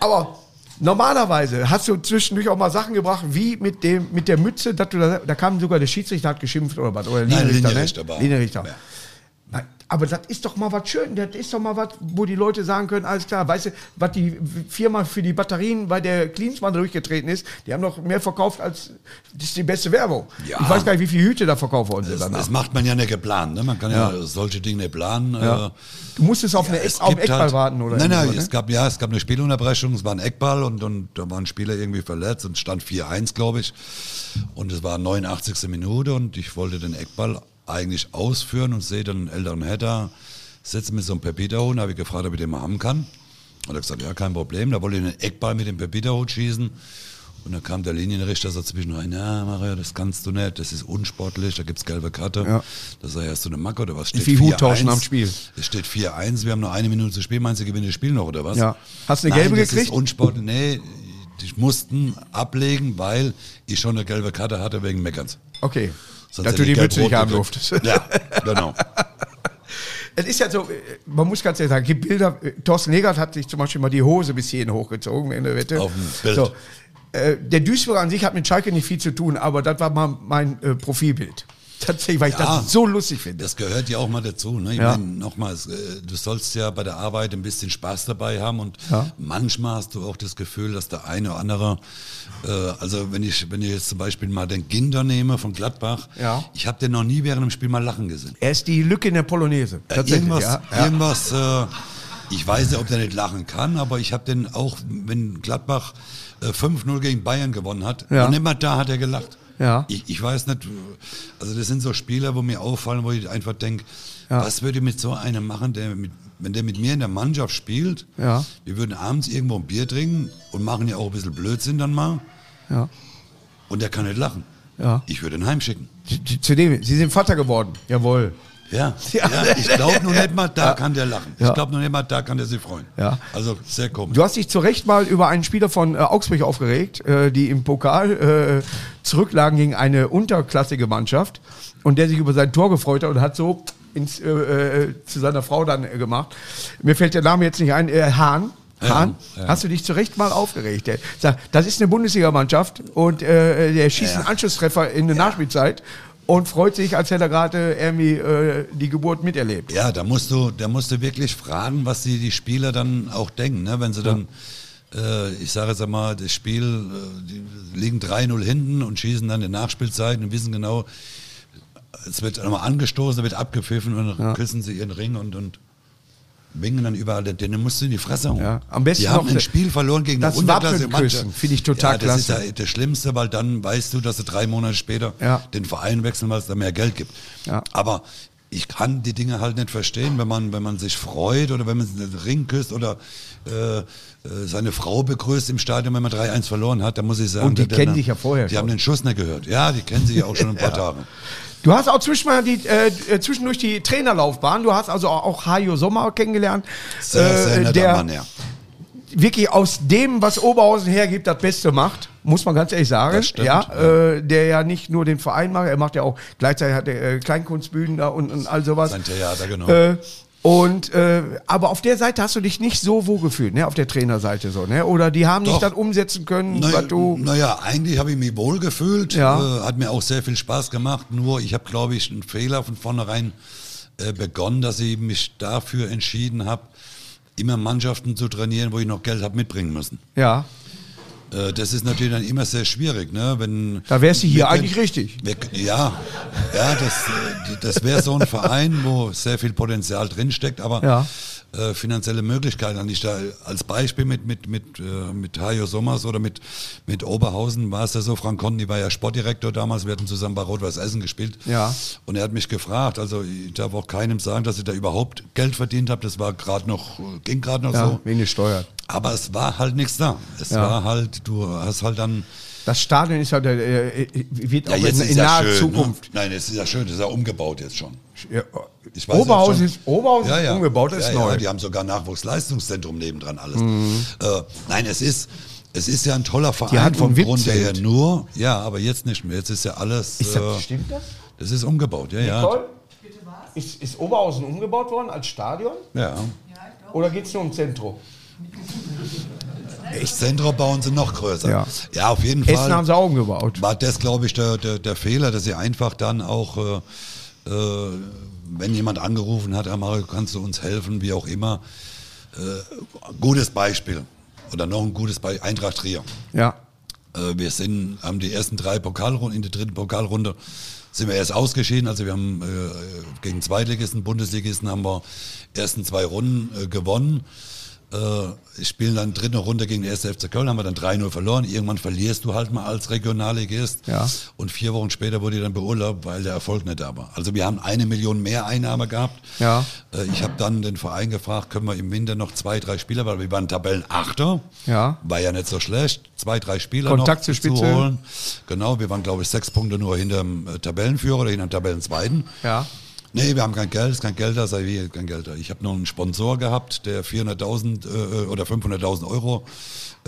Aber normalerweise hast du zwischendurch auch mal Sachen gebracht, wie mit, dem, mit der Mütze, dass du da, da kam sogar der Schiedsrichter, hat geschimpft oder was. Oder Nein, Linienrichter. Linienrichter ne? war- Linienrichter. Ja. Nein, aber das ist doch mal was schön. Das ist doch mal was, wo die Leute sagen können, alles klar, weißt du, was die Firma für die Batterien bei der Cleansmann durchgetreten ist, die haben doch mehr verkauft als, das ist die beste Werbung. Ja. Ich weiß gar nicht, wie viele Hüte da verkaufen worden sind das, danach. das macht man ja nicht geplant. Ne? Man kann ja, Ja. solche Dinge nicht planen. Ja. Äh, Du musstest auf, eine es Eck, auf einen gibt Eckball halt- warten oder Nein, nein, irgendwas, es ne? gab, ja, es gab eine Spielunterbrechung, es war ein Eckball und, und da war ein Spieler irgendwie verletzt und stand 4-1, glaube ich. Und es war 89. Minute und ich wollte den Eckball eigentlich ausführen und sehe dann einen älteren Header, sitze mit so einem Pepita-Hut, habe ich gefragt, ob ich den mal haben kann. Hat er gesagt, ja, kein Problem. Da wollte ich den Eckball mit dem Pepita-Hut schießen. Und dann kam der Linienrichter so zwischen rein, na Mario, das kannst du nicht, das ist unsportlich, da gibt es gelbe Karte. Ja. Da sei hast du eine Macke oder was Wie steht? viel Hut tauschen 4-1. am Spiel? Es steht 4-1, wir haben noch eine Minute zu spielen. Meinst du, gewinnen das Spiel noch oder was? Ja. Hast du eine Nein, gelbe das gekriegt? Ist unsportlich. Nee, ich mussten ablegen, weil ich schon eine gelbe Karte hatte wegen Meckerns. Okay. Sonst Dass hätte du die ich Mütze gelb-rot nicht haben gekriegt. durftest. Ja, (laughs) genau. Es ist ja so, äh, man muss ganz ehrlich sagen, gibt Bilder. äh, Thorsten Legert hat sich zum Beispiel mal die Hose bis hierhin hochgezogen in der Wette. Auf dem Bild. So. Äh, Der Duisburger an sich hat mit Schalke nicht viel zu tun, aber das war mal mein äh, Profilbild. (laughs) Tatsächlich, weil ich Ja. das so lustig finde. Das gehört ja auch mal dazu. Ne? Ich Ja. meine, nochmals, äh, du sollst ja bei der Arbeit ein bisschen Spaß dabei haben und Ja. manchmal hast du auch das Gefühl, dass der eine oder andere, äh, also wenn ich, wenn ich jetzt zum Beispiel mal den Ginder nehme von Gladbach, Ja. ich habe den noch nie während dem Spiel mal lachen gesehen. Er ist die Lücke in der Polonaise. Äh, Tatsächlich, irgendwas, ja. ja. irgendwas äh, ich weiß nicht, ob der nicht lachen kann, aber ich habe den auch, wenn Gladbach äh, 5-0 gegen Bayern gewonnen hat, Ja. und immer da hat er gelacht. Ja. Ich, ich weiß nicht, also das sind so Spieler, wo mir auffallen, wo ich einfach denke, was würde ich mit so einem machen, der mit, wenn der mit mir in der Mannschaft spielt, Ja. wir würden abends irgendwo ein Bier trinken und machen ja auch ein bisschen Blödsinn dann mal Ja. und der kann nicht lachen. Ja. Ich würde ihn heimschicken. Zudem, Sie sind Vater geworden. Jawohl. Ja, ja. ich glaube nur nicht mal, da Ja. kann der lachen. Ja. Ich glaube nur nicht mal, da kann der sich freuen. Ja. Also sehr komisch. Du hast dich zu Recht mal über einen Spieler von äh, Augsburg aufgeregt, äh, die im Pokal äh, zurücklagen gegen eine unterklassige Mannschaft und der sich über sein Tor gefreut hat und hat so ins, äh, äh, zu seiner Frau dann äh, gemacht. Mir fällt der Name jetzt nicht ein, äh, Hahn. Hahn, Ja, ja. hast du dich zu Recht mal aufgeregt. Der sagt, das ist eine Bundesligamannschaft und äh, der schießt Ja. einen Anschlusstreffer in der Nachspielzeit und freut sich, als hätte er gerade irgendwie äh, die Geburt miterlebt. Ja, da musst du, da musst du wirklich fragen, was die, die Spieler dann auch denken, ne? wenn sie dann. äh, Ich sage jetzt einmal, das Spiel, äh, die liegen 3-0 hinten und schießen dann in Nachspielzeiten und wissen genau, es wird nochmal angestoßen, wird abgepfiffen und dann küssen sie ihren Ring und, und winken dann überall. Denn dann musst du in die Fresse hauen. Ja, am besten die haben noch ein das- Spiel verloren gegen das eine unterklassige Wappenküssen Mannschaft. finde ich total ja, das ist ja klasse. das Schlimmste, weil dann weißt du, dass du drei Monate später Ja. den Verein wechseln, weil es da mehr Geld gibt. Ja. Aber ich kann die Dinge halt nicht verstehen, wenn man, wenn man sich freut oder wenn man einen Ring küsst oder äh, äh, seine Frau begrüßt im Stadion, wenn man 3-1 verloren hat, dann muss ich sagen. Und die der- kennen der- dich ja vorher Die schon. haben den Schuss nicht gehört. Ja, die kennen sich ja auch schon ein (laughs) paar Tage. Du hast auch zwischendurch die, äh, äh, zwischendurch die Trainerlaufbahn, du hast also auch Hajo Sommer kennengelernt, Sehr, sehr äh, netter der Mann, ja. wirklich aus dem, was Oberhausen hergibt, das Beste macht. Muss man ganz ehrlich sagen. Das stimmt, ja, ja. Äh, der ja nicht nur den Verein macht, er macht ja auch gleichzeitig hat er, äh, Kleinkunstbühnen da und, und all sowas. Sein Theater, genau. Äh, und äh, aber auf der Seite hast du dich nicht so wohl gefühlt, ne? Auf der Trainerseite so, ne? Oder die haben nicht Doch. das umsetzen können, Naja, was Hm, du. naja, eigentlich habe ich mich wohl gefühlt. Ja. Äh, hat mir auch sehr viel Spaß gemacht. Nur ich habe, glaube ich, einen Fehler von vornherein äh, begonnen, dass ich mich dafür entschieden habe, immer Mannschaften zu trainieren, wo ich noch Geld habe mitbringen müssen. Ja. Äh, das ist natürlich dann immer sehr schwierig, ne? Wenn Da wärst du hier wir können- eigentlich richtig. wir, ja, ja, das, äh, das wäre so ein Verein, wo sehr viel Potenzial drinsteckt, aber Ja. äh, finanzielle Möglichkeiten hatte ich da als Beispiel mit mit mit äh, mit Hajo Sommers oder mit mit Oberhausen war es ja so. Frank Conti war ja Sportdirektor damals. Wir hatten zusammen bei Rot-Weiß Essen gespielt. Ja. Und er hat mich gefragt. Also ich darf auch keinem sagen, dass ich da überhaupt Geld verdient habe. Das war gerade noch ging gerade noch Ja, so. wenig steuert. Aber es war halt nichts da. Es war halt, du hast halt dann Das Stadion ist ja, der, äh, wird auch in, ist in ja naher schön, Zukunft. Ne? Nein, es ist ja schön, das ist ja umgebaut jetzt schon. Ja, Ich weiß Oberhausen jetzt ist, Oberhausen Ja, ist ja. umgebaut, ist ja, neu. Mhm. Ja, die haben sogar Nachwuchsleistungszentrum nebendran alles. Äh, nein, es ist, es ist ja ein toller Verein hatten vom Witzelt. Grund her nur. Ja, aber jetzt nicht mehr. Jetzt ist ja alles. äh, Ist das- stimmt das? Das ist umgebaut, ja, ja. Toll. Ist, ist Oberhausen umgebaut worden als Stadion ja. oder geht es nur ums Zentrum? Echt? Zentrum bauen sie noch größer. Ja. ja auf jeden Fall. Essen haben sie auch umgebaut. war das, glaube ich, der, der, der Fehler, dass sie einfach dann auch, äh, äh, wenn jemand angerufen hat, "Ah, Mario, kannst du uns helfen, wie auch immer. Äh, gutes Beispiel. Oder noch ein gutes Beispiel, Eintracht Trier. Ja. Äh, wir sind, haben die ersten drei Pokalrunden, in der dritten Pokalrunde sind wir erst ausgeschieden. Also wir haben äh, gegen Zweitligisten, Bundesligisten haben wir ersten zwei Runden äh, gewonnen. Äh, spielen dann dritte Runde gegen den 1. FC Köln, haben wir dann 3-0 verloren. Irgendwann verlierst du halt mal als Regionalligist. Ja. Und vier Wochen später wurde ich dann beurlaubt, weil der Erfolg nicht da war. Also wir haben eine Million mehr Einnahme gehabt. Ja. Äh, ich habe dann den Verein gefragt, können wir im Winter noch zwei, drei Spieler, weil wir waren Tabellenachter. Ja. War ja nicht so schlecht. Zwei, drei Spieler Kontakt noch zur Spitze. holen. Genau, wir waren, glaube ich, sechs Punkte nur hinter dem äh, Tabellenführer oder hinter dem Tabellenzweiten. Ja. Nee, wir haben kein Geld, ist kein Geld da, sei wie, kein Geld da. Ich habe noch einen Sponsor gehabt, der 400.000 äh, oder 500.000 Euro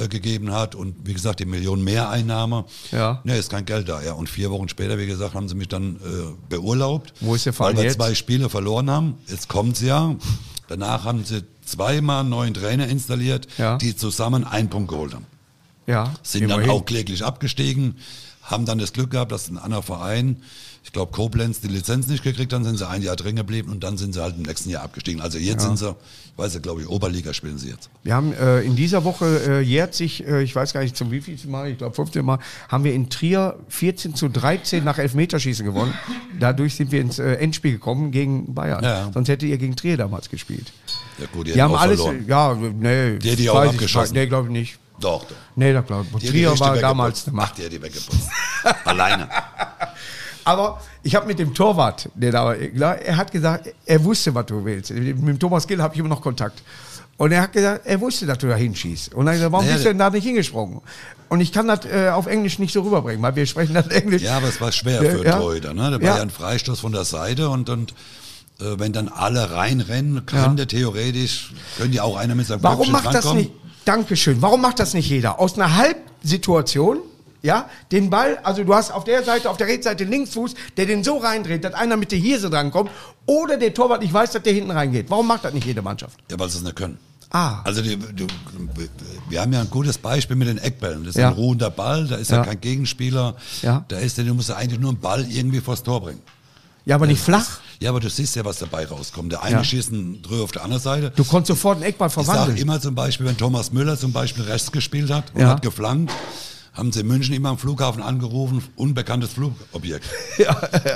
äh, gegeben hat und wie gesagt, die Million Mehreinnahme. Ja. Nee, ist kein Geld da, ja. Und vier Wochen später, wie gesagt, haben sie mich dann äh, beurlaubt. Wo ist der Verein Weil wir jetzt? zwei Spiele verloren haben. Jetzt kommt's ja. Danach haben sie zweimal einen neuen Trainer installiert, Ja. die zusammen einen Punkt geholt haben Ja. sind immerhin. dann auch kläglich abgestiegen, haben dann das Glück gehabt, dass ein anderer Verein, ich glaube Koblenz, die Lizenz nicht gekriegt, dann sind sie ein Jahr drin geblieben und dann sind sie halt im nächsten Jahr abgestiegen. Also jetzt sind sie, ich weiß ja, glaube ich, Oberliga spielen sie jetzt. Wir haben äh, in dieser Woche äh, jährt sich, äh, ich weiß gar nicht zum wievielten Mal, ich glaube 15 Mal, haben wir in Trier 14 zu 13 nach Elfmeterschießen gewonnen. Dadurch sind wir ins äh, Endspiel gekommen gegen Bayern. Ja. Sonst hättet ihr gegen Trier damals gespielt. Ja gut, die, Die hätten haben auch alles, verloren. ja, nee. Die hätte ich auch weiß abgeschossen. nicht. Nee, glaube ich nicht. Doch, doch. Nee, da glaube ich. Die Trier hätte die war richtig damals eine weggeputzt. Ach, Macht. die hat die (laughs) weggeputzt. Alleine. Aber ich habe mit dem Torwart, der da war, klar, er hat gesagt, er wusste, was du willst. Mit dem Thomas Gill habe ich immer noch Kontakt. Und er hat gesagt, er wusste, dass du da hinschießt. Und dann hab ich gesagt, warum Naja, bist du denn da nicht hingesprungen? Und ich kann das äh, auf Englisch nicht so rüberbringen, weil wir sprechen das Englisch. Ja, aber es war schwer Ja, für einen ja. Torhüter. Ne? Da war Ja. ja. ein Freistoß von der Seite und, und äh, wenn dann alle reinrennen, kann Ja. der theoretisch, könnte ja auch einer mit seinem Warum Köpfchen macht das drankommen. nicht? Dankeschön. Warum macht das nicht jeder? Aus einer Halbsituation, ja, den Ball, also du hast auf der Seite, auf der rechten Seite den Linksfuß, der den so reindreht, dass einer mit der Hirse drankommt, oder der Torwart nicht weiß, dass der hinten reingeht. Warum macht das nicht jede Mannschaft? Ja, weil sie es nicht können. Ah. Also die, die, wir haben ja ein gutes Beispiel mit den Eckbällen. Das ist Ja. ein ruhender Ball, da ist Ja. ja kein Gegenspieler. Ja. Da ist, der- du musst ja eigentlich nur einen Ball irgendwie vors Tor bringen. Ja, aber nicht flach. Ja, aber du siehst ja, was dabei rauskommt. Der eine Ja. schießt einen Dreh auf der anderen Seite. Du konntest sofort einen Eckball Ich sage verwandeln. immer zum Beispiel, wenn Thomas Müller zum Beispiel rechts gespielt hat und Ja. hat geflankt, haben sie in München immer am Flughafen angerufen, unbekanntes (laughs) Flugobjekt.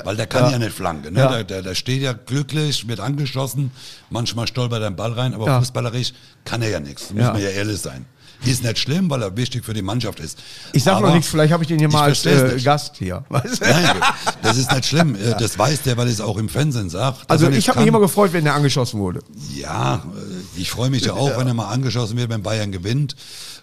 Weil der kann ja, nicht flanken. Ne? Ja. Der, der, der steht ja glücklich, wird angeschossen, manchmal stolpert er einen Ball rein, aber Ja. fußballerisch kann er ja nichts. Muss Ja. man ja ehrlich sein. Ist nicht schlimm, weil er wichtig für die Mannschaft ist. Ich sag noch Aber nichts, vielleicht habe ich den hier ich mal als versteh's äh, nicht. Gast hier. Weißt du? Nein, das ist nicht schlimm. Äh, Das weiß der, weil es auch im Fernsehen sagt. dass Also er nichts ich habe mich kann. immer gefreut, wenn der angeschossen wurde. Ja, äh, ich freue mich ja auch, wenn er mal angeschossen wird, wenn Bayern gewinnt.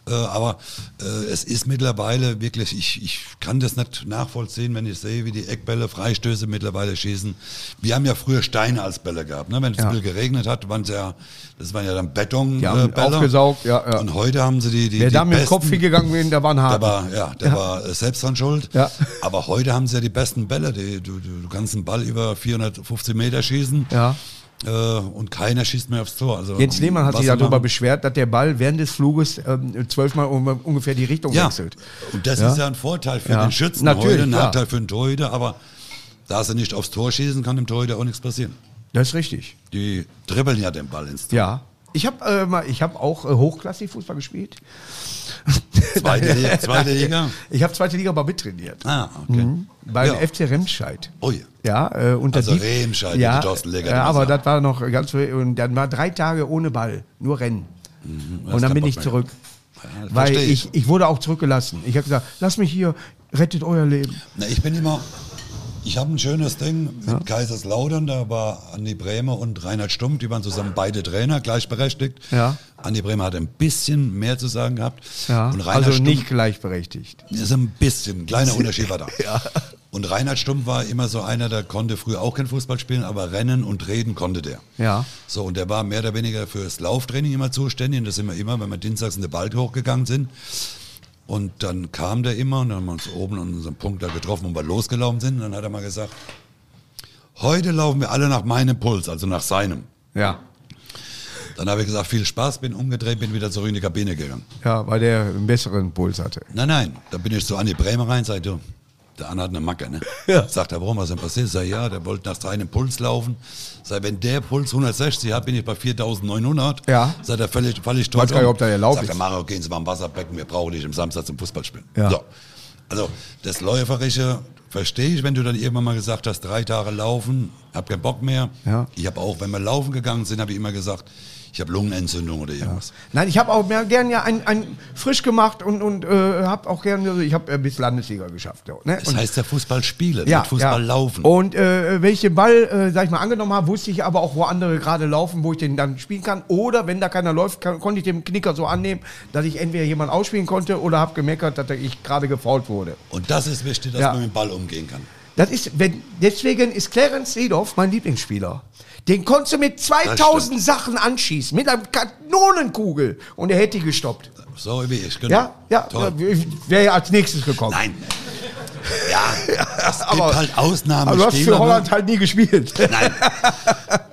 Äh, Aber äh, es ist mittlerweile wirklich, ich, ich kann das nicht nachvollziehen, wenn ich sehe, wie die Eckbälle, Freistöße mittlerweile schießen. Wir haben ja früher Steine als Bälle gehabt. Ne? Wenn es Ja. ein bisschen geregnet hat, waren's ja, das waren ja dann Die haben Betonbälle. aufgesaugt, ja, ja. Und heute haben sie die, die, Wer die da mit dem besten- Kopf hingegangen wäre, der war ein der Haken. war, ja, der war äh, selbst dran schuld. Ah, Ja. (laughs) Aber heute haben sie ja die besten Bälle. Die, du, du, du kannst einen Ball über 450 Meter schießen. Ja. Äh, und keiner schießt mehr aufs Tor. Also, Jens Lehmann hat was sich sie darüber machen- beschwert, dass der Ball während des Fluges ähm, zwölfmal um, ungefähr die Richtung ja. wechselt. Und das Ja. ist ja ein Vorteil für Ja. den Schützen Natürlich, heute, ein klar. Nachteil für den Torhüter. Aber da sie nicht aufs Tor schießen, kann dem Torhüter auch nichts passieren. Das ist richtig. Die dribbeln ja den Ball (laughs) ins Tor. Ja. Ich habe äh, mal- ich hab auch äh, hochklassig Fußball gespielt. Zweite, Liga- zweite Liga. Ich habe zweite Liga mal mittrainiert. Ah, okay. Beim Ja. FC Remscheid. Ui. Mhm. Ja, äh, unter Also Dieb- Remscheid, hätte ja, Thorsten Legger ja, damals aber gesagt. das war noch ganz und dann war drei Tage ohne Ball, nur Rennen. und dann Mhm, kein bin Bock ich mehr zurück, Ja, weil versteh ich. ich. ich wurde auch zurückgelassen. Ich habe gesagt, lass mich hier, rettet euer Leben. Na, ich bin immer, ich habe ein schönes Ding mit Kaiserslautern, da war Andi Bremer und Reinhard Stumpf, die waren zusammen beide Trainer, gleichberechtigt. Ja. Andi Bremer hat ein bisschen mehr zu sagen gehabt. Ja, Und Reinhard also Stumpf nicht gleichberechtigt. ist ein bisschen, kleiner Unterschied war da. Und Reinhard Stumpf war immer so einer, der konnte früher auch kein Fußball spielen, aber rennen und reden konnte der. Ja. So, und der war mehr oder weniger fürs Lauftraining immer zuständig. Und das sind wir immer, wenn wir dienstags in den Wald hochgegangen sind. Und dann kam der immer und dann haben wir uns oben an unserem Punkt da getroffen und wir losgelaufen sind. Und dann hat er mal gesagt, heute laufen wir alle nach meinem Puls, also nach seinem. Ja, Dann habe ich gesagt, viel Spaß, bin umgedreht, bin wieder zurück in die Kabine gegangen. ja, weil der einen besseren Puls hatte. Nein, nein, da bin ich zu Andi Bremer rein, sag du, der Anne hat eine Macke, ne? (laughs) Ja. Sagt er, warum, was denn passiert? Sag ja, der wollte nach seinem Puls laufen. Sag, wenn der Puls 160 hat, bin ich bei 4900. Ja. Sagt er, völlig, völlig tot. Weiß gar nicht, ob der erlaubt Sagt er, ist. Mario, gehen Sie mal am Wasserbecken, wir brauchen dich am Samstag zum Fußballspielen. Ja. So. Also, das Läuferische verstehe ich, wenn du dann irgendwann mal gesagt hast, drei Tage laufen, hab keinen Bock mehr. Ja. Ich habe auch, wenn wir laufen gegangen sind, habe ich immer gesagt, ich habe Lungenentzündung oder irgendwas. Nein, ich habe auch mehr gern ja ein, ein frisch gemacht und, und äh, habe auch gern, also ich habe äh, bis Landesliga geschafft. so, Ne? Das Und- heißt ja Fußball spielen, nicht Fußball laufen. Und äh, wenn ich den Ball, äh, sag ich mal, angenommen habe, wusste ich aber auch, wo andere gerade laufen, wo ich den dann spielen kann. Oder wenn da keiner läuft, kann, konnte ich den Knicker so annehmen, dass ich entweder jemanden ausspielen konnte oder habe gemeckert, dass ich gerade gefault wurde. Und das ist wichtig, dass Ja. man mit dem Ball umgehen kann. Das ist, wenn, deswegen ist Clarence Seedorf mein Lieblingsspieler. Den konntest du mit 2000 Sachen anschießen, mit einer Kanonenkugel und er hätte die gestoppt. So wie ich, genau. Ja, ja, Toll. wäre ja als nächstes gekommen. Nein. Ja, es gibt (laughs) Aber- halt Aber du hast für Ausnahmespieler. Holland ne? halt nie gespielt. (laughs) Nein.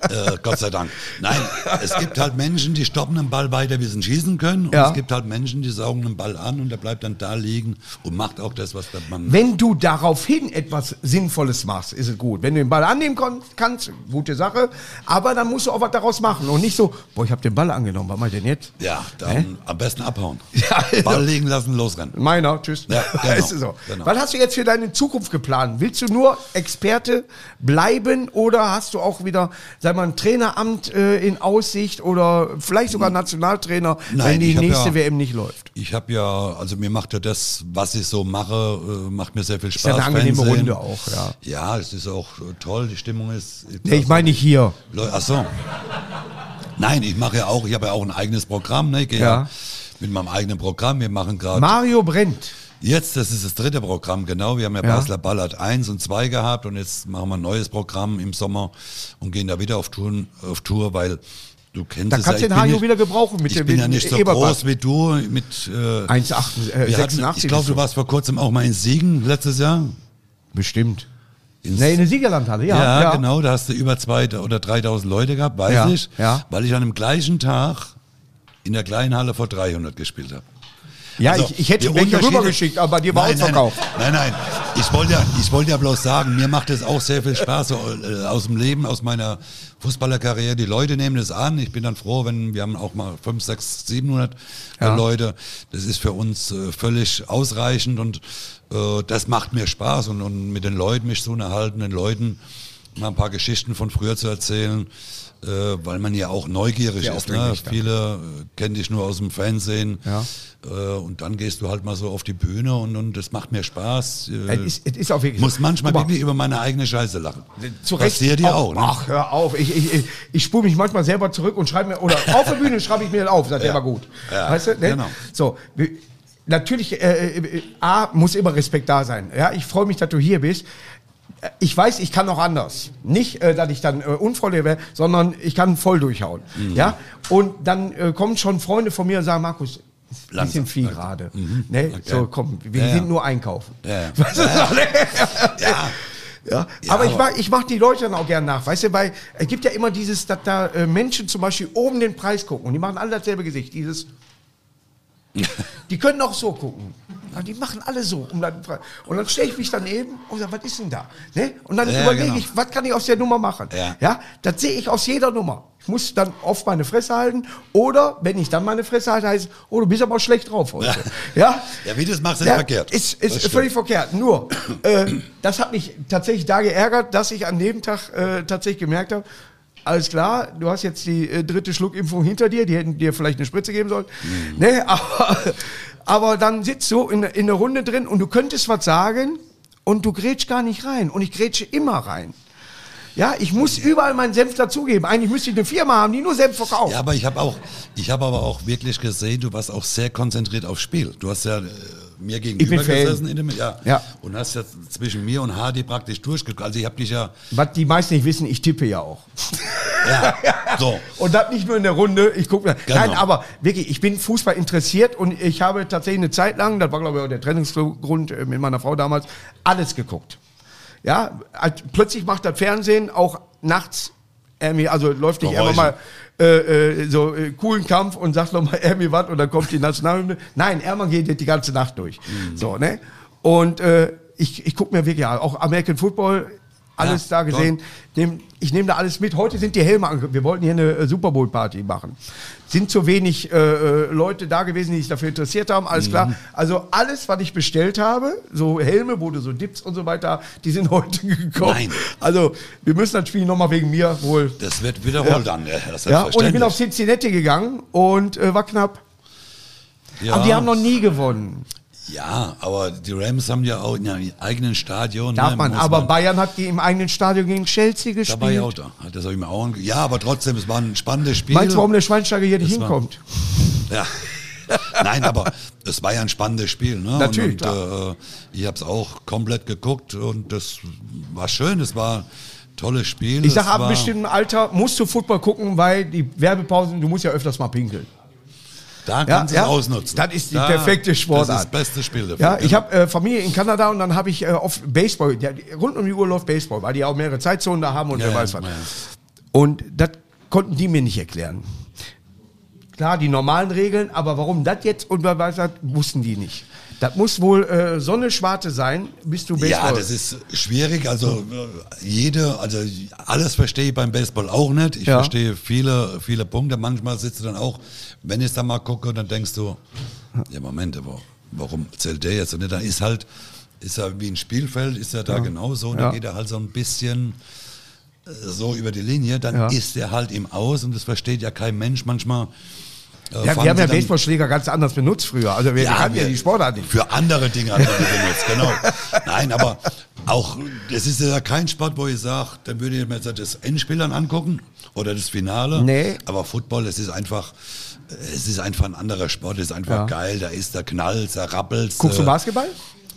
äh, Gott sei Dank. Nein, es gibt halt Menschen, die stoppen den Ball weiter, wie sie ihn schießen können. Und Ja. es gibt halt Menschen, die saugen den Ball an und der bleibt dann da liegen und macht auch das, was der Mann. Wenn du daraufhin etwas Sinnvolles machst, ist es gut. Wenn du den Ball annehmen kon- kannst, gute Sache. Aber dann musst du auch was daraus machen und nicht so, boah, ich habe den Ball angenommen, was mach ich denn jetzt? ja, dann Hä? am besten abhauen. (laughs) Ja, also- Ball liegen lassen, losrennen. Meiner, tschüss. (laughs) Ja, genau, Weißt du so. genau. Was hast du jetzt für deine Zukunft geplant? Willst du nur Experte bleiben oder hast du auch wieder, sag mal, ein Traineramt äh, in Aussicht oder vielleicht sogar Nationaltrainer, Hm. Nein, wenn die ich hab nächste ja- WM nicht läuft? Ich habe ja, also mir macht ja das, was ich so mache, äh, macht mir sehr viel Spaß. ja eine angenehme Fernsehen. Runde auch, ja. Ja, es ist auch äh, toll, die Stimmung ist. Nee, ich meine nicht hier. Leu- Ach so. Nein, ich mache ja auch, ich habe ja auch ein eigenes Programm, ne? Ich gehe Ja. ja. mit meinem eigenen Programm. Wir machen gerade Mario brennt. jetzt, das ist das dritte Programm, genau. Wir haben ja, Basler Ballert 1 und 2 gehabt und jetzt machen wir ein neues Programm im Sommer und gehen da wieder auf Tour, auf Tour weil du kennst Da es kannst ja, ich du den bin Hajo nicht- wieder gebrauchen mit Ich dem- bin mit ja dem nicht so Eberbach. groß wie du mit äh, 1,8, äh, wir hatten- 86 Ich glaube, bist du. du warst vor kurzem auch mal in Siegen letztes Jahr. Bestimmt. Nee, in der Siegerlandhalle, ja. Ja, genau, da hast du über 2.000 oder 3.000 Leute gehabt, weiß Ja, ich. ja. Weil ich an dem gleichen Tag in der kleinen Halle vor 300 gespielt habe. Ja, ich, ich hätte der ihn welche Unterschied- rübergeschickt, aber die war Also, nein, nein, ausverkauft. nein, nein. Ich wollte ja, ich wollte ja bloß sagen, mir macht es auch sehr viel Spaß so, äh, aus dem Leben, aus meiner Fußballerkarriere. Die Leute nehmen das an. Ich bin dann froh, wenn wir haben auch mal 5, 6, 700 äh, Ja. Leute. Das ist für uns äh, völlig ausreichend und äh, das macht mir Spaß und, und mit den Leuten, mich zu unterhalten, den Leuten mal ein paar Geschichten von früher zu erzählen, äh, weil man ja auch neugierig Sehr ist. Ne? aufdringlich, ja. Viele äh, kennen dich nur aus dem Fernsehen. Ja. Äh, und dann gehst du halt mal so auf die Bühne und, und das macht mir Spaß. Äh, Es ist, es ist auch wirklich. muss manchmal Guck mal, Äh, wirklich über meine eigene Scheiße lachen. zu Recht. Passiert dir auch. ne? Ach, hör auf. Ich, ich, ich, ich spule mich manchmal selber zurück und schreibe mir, oder auf der Bühne schreibe ich mir das auf, sagt der war gut. Ja, Weißt du? Ne? genau. So, wir- natürlich, äh, äh, A, muss immer Respekt da sein. Ja, ich freue mich, dass du hier bist. Äh, Ich weiß, ich kann auch anders. Nicht, äh, dass ich dann äh, unfreundlich wäre, sondern ich kann voll durchhauen. Mhm. Ja? Und dann äh, kommen schon Freunde von mir und sagen, Markus, ein Langsam, bisschen viel langsam. gerade. Mhm. Ne? Okay. So, komm, wir Ja, ja. sind nur einkaufen. (laughs) Ja, ja. Weißt du, ne? Ja. ja, Ja, aber ich aber- mag, ich mag die Leute dann auch gern nach, weißt du, weil es gibt ja immer dieses, dass da äh, Menschen zum Beispiel oben den Preis gucken und die machen alle dasselbe Gesicht, (laughs) dieses, die können auch so gucken. Aber die machen alle so. Um dann, und dann stelle ich mich daneben und sage, was ist denn da? Ne? Und dann Ja, ja, überlege genau. ich, was kann ich aus der Nummer machen? Ja. das sehe ich aus jeder Nummer. Ich muss dann oft meine Fresse halten oder, wenn ich dann meine Fresse halte, heißt es, oh, du bist aber schlecht (laughs) drauf heute. Ja, Ja, wie du es machst, ist verkehrt. Ist, Das ist stimmt. völlig verkehrt. Nur, äh, das hat mich tatsächlich da geärgert, dass ich am Nebentag äh, tatsächlich gemerkt habe, alles klar, du hast jetzt die äh, dritte Schluckimpfung hinter dir, die hätten dir vielleicht eine Spritze geben sollen. Mhm. Ne, (laughs) aber, aber dann sitzt du in, in der Runde drin und du könntest was sagen und du grätsch gar nicht rein. Und ich grätsche immer rein. Ja, ich muss überall meinen Senf dazugeben. Eigentlich müsste ich eine Firma haben, die nur Senf verkauft. Ja, aber ich habe auch, ich habe aber auch wirklich gesehen, du warst auch sehr konzentriert aufs Spiel. Du hast ja äh, mir gegenüber bin Fan. gesessen in dem, ja, Ja. und hast ja zwischen mir und Hardy praktisch durchgeguckt. Also ich habe dich (laughs) ja, Was die meisten nicht wissen, ich tippe ja auch. ja, so. Und das nicht nur in der Runde. Ich gucke. Genau. Nein, aber wirklich, ich bin Fußball interessiert und ich habe tatsächlich eine Zeit lang, das war glaube ich auch der Trennungsgrund äh, mit meiner Frau damals, alles geguckt. Ja, als, plötzlich macht das Fernsehen auch nachts, Ermi, also läuft nicht einfach Geräusche. mal äh, äh, so äh, coolen Kampf und sagt nochmal (laughs) Ermi was und dann kommt die Nationalhymne. Nein, Erman geht jetzt die ganze Nacht durch. Mhm. So, ne? Und äh, ich, ich gucke mir wirklich an, auch American Football, alles Ja, da gesehen. toll. Nehm, ich nehme da alles mit. Heute sind die Helme angekommen. Wir wollten hier eine äh, Super Bowl Party machen. Sind zu wenig äh, äh, Leute da gewesen, die sich dafür interessiert haben. Mhm. Alles klar. Also alles, was ich bestellt habe, so Helme, wo du so Dips und so weiter, die sind (laughs) heute gekommen. Nein. Also wir müssen das Spiel nochmal wegen mir wohl. Das wird wiederholt dann. Ja, das ist Ja, und ich bin selbstverständlich. auf Cincinnati gegangen und äh, war knapp. ja. Aber die haben noch nie gewonnen. Ja, aber die Rams haben ja auch in ihrem eigenen Stadion. Darf ne, man. muss Aber Bayern hat die im eigenen Stadion gegen Chelsea Da war ich auch gespielt. da. Das habe ich mir auch ange Ja, aber trotzdem, es war ein spannendes Spiel. Meinst du, warum der Schweinsteiger hier nicht Das war- hinkommt? Ja. (laughs) Nein, aber es war ja ein spannendes Spiel. Ne? Natürlich, Und, und, äh, ich habe es auch komplett geguckt und das war schön. Es war ein tolles Spiel. Ich sag, Es ab einem war, bestimmten Alter musst du Football gucken, weil die Werbepausen, du musst ja öfters mal pinkeln. Da Ja, kannst du ja. es ausnutzen. Das ist die Da- perfekte Sportart. Das ist das beste Spiel dafür. Ja, ich Genau. habe äh, Familie in Kanada und dann habe ich äh, oft Baseball, ja, rund um die Uhr läuft Baseball, weil die ja auch mehrere Zeitzonen da haben und Ja, wer ja, weiß was. ja. Und das konnten die mir nicht erklären. Klar, die normalen Regeln, aber warum das jetzt und wer weiß was, wussten die nicht. Das muss wohl äh, Sonne, Schwarte sein, bis du Baseball... Ja, das ist schwierig. Also äh, jede, also alles verstehe ich beim Baseball auch nicht. Ich Ja. verstehe viele, viele Punkte. Manchmal sitzt du dann auch, wenn ich da mal gucke, dann denkst du, ja Moment, aber warum zählt der jetzt? Und da ist halt, ist ja wie ein Spielfeld, ist ja da genauso. Und Ja. da geht er halt so ein bisschen äh, so über die Linie, dann Ja. ist er halt im Aus und das versteht ja kein Mensch manchmal. äh, ja, fangen wir haben sie ja dann- Baseballschläger ganz anders benutzt früher. Also wir kannten ja wir- die Sportart nicht. Für andere Dinge hat man die benutzt, genau. Nein, aber auch, das ist ja kein Sport, wo ich sage, dann würde ich mir jetzt das Endspiel dann angucken oder das Finale. Nee. Aber Football, es ist einfach, es ist einfach ein anderer Sport, es ist einfach Ja. geil, da ist, da knallt, da rappelt. Guckst du Basketball?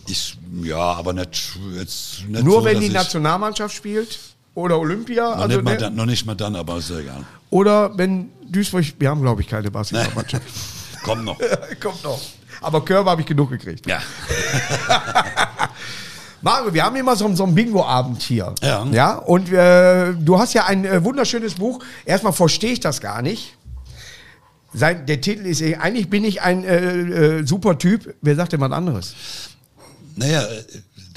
Ich, ja, aber nicht, jetzt, nicht Nur Äh, so, wenn dass die ich- Nationalmannschaft spielt oder Olympia. Noch, Also nicht mal ne? dann, noch nicht mal dann, aber ist ja egal. Oder wenn Duisburg, wir haben glaube ich keine Basketballmannschaft. (laughs) Komm (laughs) noch. Kommt noch. Aber Körbe habe ich genug gekriegt. Ja. Mario, wir haben immer so, so einen Bingo-Abend hier. Ja. ja und äh, du hast ja ein äh, wunderschönes Buch. Erstmal verstehe ich das gar nicht. Sein, der Titel ist, eh- eigentlich bin ich ein äh, äh, super Typ. Wer sagt denn was anderes? Naja,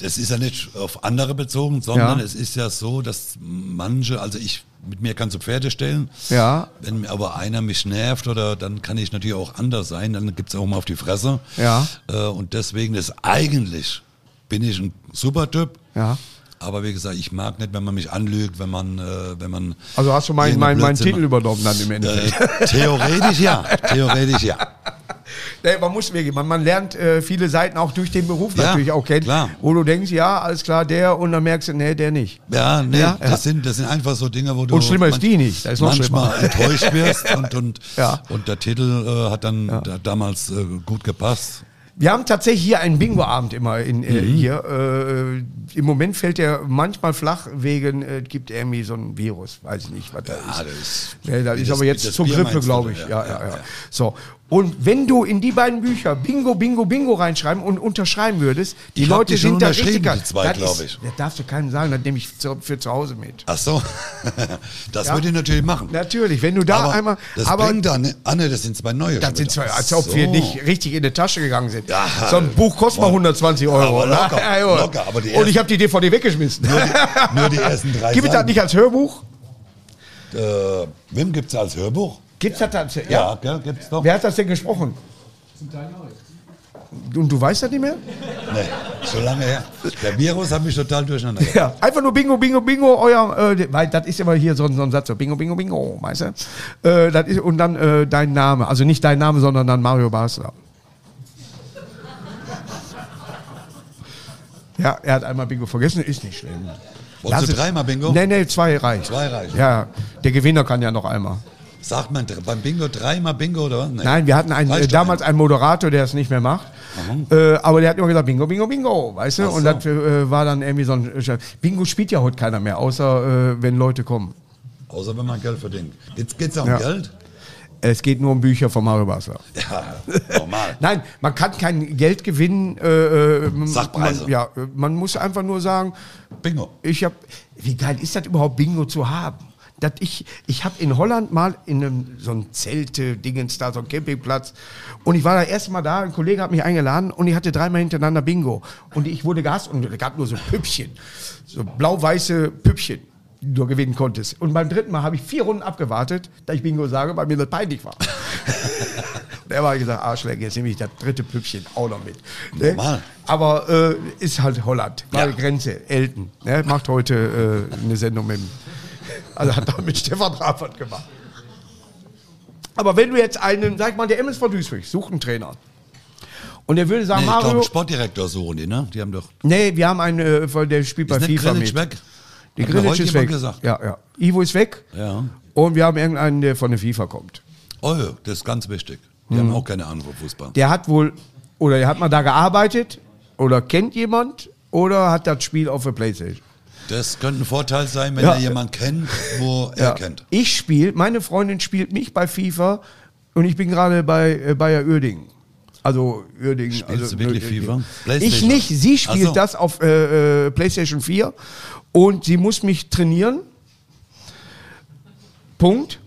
das ist ja nicht auf andere bezogen, sondern Ja. es ist ja so, dass manche, also ich, mit mir kannst du Pferde stellen. Ja. Wenn mir aber einer mich nervt oder dann kann ich natürlich auch anders sein, dann gibt's auch mal auf die Fresse. Ja. Äh, und deswegen ist eigentlich, bin ich ein super Typ. Ja. Aber wie gesagt, ich mag nicht, wenn man mich anlügt, wenn man, äh, wenn man. Also hast du meinen mein, mein irgendeinen Titel ne, Blödsinn übernommen dann im Endeffekt. macht. Äh, theoretisch ja, theoretisch ja. Nee, man muss wirklich, man, man lernt äh, viele Seiten auch durch den Beruf Ja, natürlich auch kennen, klar. wo du denkst, ja, alles klar, der und dann merkst du, nee, der nicht. Ja, nee, Ja, das, ja. Sind, das sind einfach so Dinge, wo du Und schlimmer ist die nicht, das ist noch manchmal schlimmer. enttäuscht (laughs) wirst und, und, Ja. und der Titel äh, hat dann da, damals äh, gut gepasst. Wir haben tatsächlich hier einen Bingo-Abend immer in, äh, Mhm. hier. Äh, Im Moment fällt der manchmal flach wegen, äh, gibt irgendwie so ein Virus, weiß ich nicht, was da ist. Ah, ist, Nee, das wie ist das- aber wie jetzt das zur Bier Grippe, meinst du, glaube ich. Ja, ja, ja, So. Und wenn du in die beiden Bücher Bingo, Bingo, Bingo reinschreiben und unterschreiben würdest, die Ich hab Leute die schon sind da unterschrieben, die richtig. zwei, Das ist- glaub ich. Das darfst du keinem sagen, das nehme ich zu, für zu Hause mit. Ach so, (laughs) das Ja. würde ich natürlich machen. Natürlich, wenn du da einmal. das aber bringt dann, ah ne, das sind zwei neue. schon das sind wieder. zwei, als ob So. wir nicht richtig in die Tasche gegangen sind. Ja. so ein Buch kostet mal 120 Euro. Aber ne? locker, (laughs) Ja, ja. locker, aber die Und ich ersten- habe die DVD weggeschmissen. Nur die, (laughs) nur die ersten (laughs) drei. Gibt es das Seiten. nicht als Hörbuch? Äh, Wim gibt's als Hörbuch? Gibt's das als, ja. Ja, gell, gibt's doch. Wer hat das denn gesprochen? Und du weißt das nicht mehr? Nee, schon lange her. Der Virus hat mich total durcheinander. gebracht. Ja, einfach nur Bingo, Bingo, Bingo, euer, äh, weil das ist immer hier so, ein- so ein Satz, so Bingo, Bingo, Bingo, weißt du? Äh, das ist, und dann äh, dein Name, also nicht dein Name, sondern dann Mario Basler. Ja, er hat einmal Bingo vergessen, ist nicht schlimm. Wollen Sie Lass es- dreimal Bingo? Nee, nee, zwei reicht. Zwei reichen. Ja, der Gewinner kann ja noch einmal. Sagt man dr- beim Bingo dreimal Bingo oder was? Nee. Nein, wir hatten einen, Reicht äh, doch damals einen Moderator, der es nicht mehr macht. Äh, aber der hat immer gesagt, Bingo, Bingo, Bingo, weißt du? Ach Und so. das äh, war dann irgendwie so ein... Sch- Bingo spielt ja heute keiner mehr, außer äh, wenn Leute kommen. Außer wenn man Geld verdient. Jetzt geht's auch um Ja. Geld? Es geht nur um Bücher von Mario Basler. (laughs) Ja, normal. Nein, man kann kein Geld gewinnen. Äh, äh, Sachpreise. Man, ja, äh, man muss einfach nur sagen, Bingo. ich habe, wie geil ist das überhaupt, Bingo zu haben? Das ich ich habe in Holland mal in einem, so einem Zelte-Dingens da, so einem Campingplatz. Und ich war das erste Mal da, ein Kollege hat mich eingeladen und ich hatte dreimal hintereinander Bingo. Und ich wurde gehasst und es gab nur so Püppchen, so blau-weiße Püppchen, die du gewinnen konntest. Und beim dritten Mal habe ich vier Runden abgewartet, da ich Bingo sage, weil mir das peinlich war. (laughs) Und er war gesagt, Arschleck, jetzt nehme ich das dritte Püppchen auch noch mit. Ne? Normal. Aber äh, ist halt Holland, klare Ja. Grenze, Elten. Ne? Macht heute äh, eine Sendung mit, dem- also hat er mit Stefan Raffert gemacht. Aber wenn du jetzt einen, sag mal, der MSV Duisburg sucht einen Trainer. Und der würde sagen, Nee, ich glaube, Mario, einen Sportdirektor suchen die, ne? Die haben doch. nee, wir haben einen, äh, von- der spielt bei Ist nicht FIFA Grillitsch mit. weg? Der Hat mir Grillitsch heute ist jemand weg. gesagt. Ja, ja. Ivo ist weg. Ja. Und wir haben irgendeinen, der von der FIFA kommt. Oh, das ist ganz wichtig. Mhm. Die haben auch keine Ahnung vom Fußball. der hat wohl, oder der hat mal da gearbeitet, oder kennt jemand, oder hat das Spiel auf der Playstation. Das könnte ein Vorteil sein, wenn Ja. er jemanden kennt, wo er kennt. Ich spiele, meine Freundin spielt mich bei FIFA und ich bin gerade bei äh, Bayer Uerdingen. Also Uerdingen. Spielst also du wirklich Uerdingen. FIFA? Ich PlayStation? nicht, sie spielt Ach so. das auf äh, äh, Playstation 4 und sie muss mich trainieren. Punkt.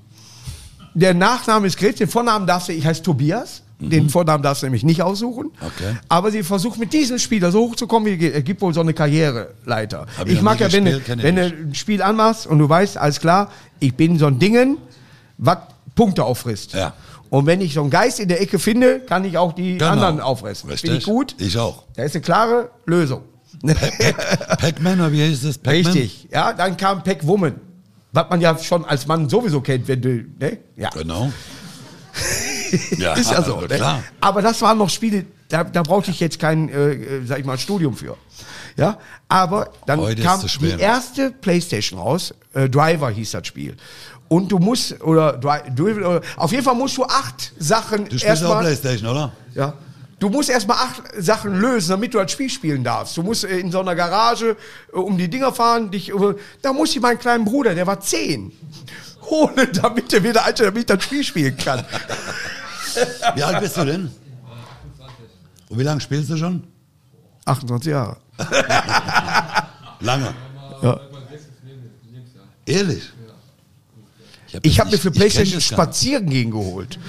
Der Nachname ist Krebs, den Vornamen darfst du, ich heiße Tobias. Den Vornamen darfst du nämlich nicht aussuchen. Mhm. Okay. Aber sie versucht mit diesem Spieler so hochzukommen, wie geht. Er gibt wohl so eine Karriereleiter. Hab ich ich noch mag nie ja, wenn, gespielt, du- kenn ich wenn du nicht. ein Spiel anmachst und du weißt, alles klar, ich bin so ein Dingen, was Punkte auffrisst. Ja. Und wenn ich so einen Geist in der Ecke finde, kann ich auch die Genau. anderen auffressen. Richtig. Finde ich gut. Ich auch. Da ist eine klare Lösung. Pac-Man, oder wie hieß das? Pac-Man? Richtig. Ja, dann kam Pack Woman. Was man ja schon als Mann sowieso kennt, wenn du, ne? Ja. (laughs) Genau. ja, ist ja so. also Ne? klar. Aber das waren noch Spiele, da, da brauchte ich jetzt kein, äh, äh, sag ich mal, Studium für. Ja, aber dann Heute ist kam zu die spät. erste PlayStation raus. Äh, Driver hieß das Spiel. Und du musst, oder Dri- du, oder- auf jeden Fall musst du acht Sachen Du spielst auch erstmal. Playstation, oder? Ja, du musst erstmal acht Sachen lösen, damit du das Spiel spielen darfst. Du musst äh, in so einer Garage äh, um die Dinger fahren, dich. äh, Da musste ich meinen kleinen Bruder, der war zehn, holen, (laughs) damit er wieder einsteigt, damit ich das Spiel spielen (laughs) kann. Wie alt bist du denn? Und wie lange spielst du schon? 28 Jahre. Lange. Ja. Ehrlich? Ich habe mir für ich kenn PlayStation Oh. das gar nicht. Spazierengehen geholt.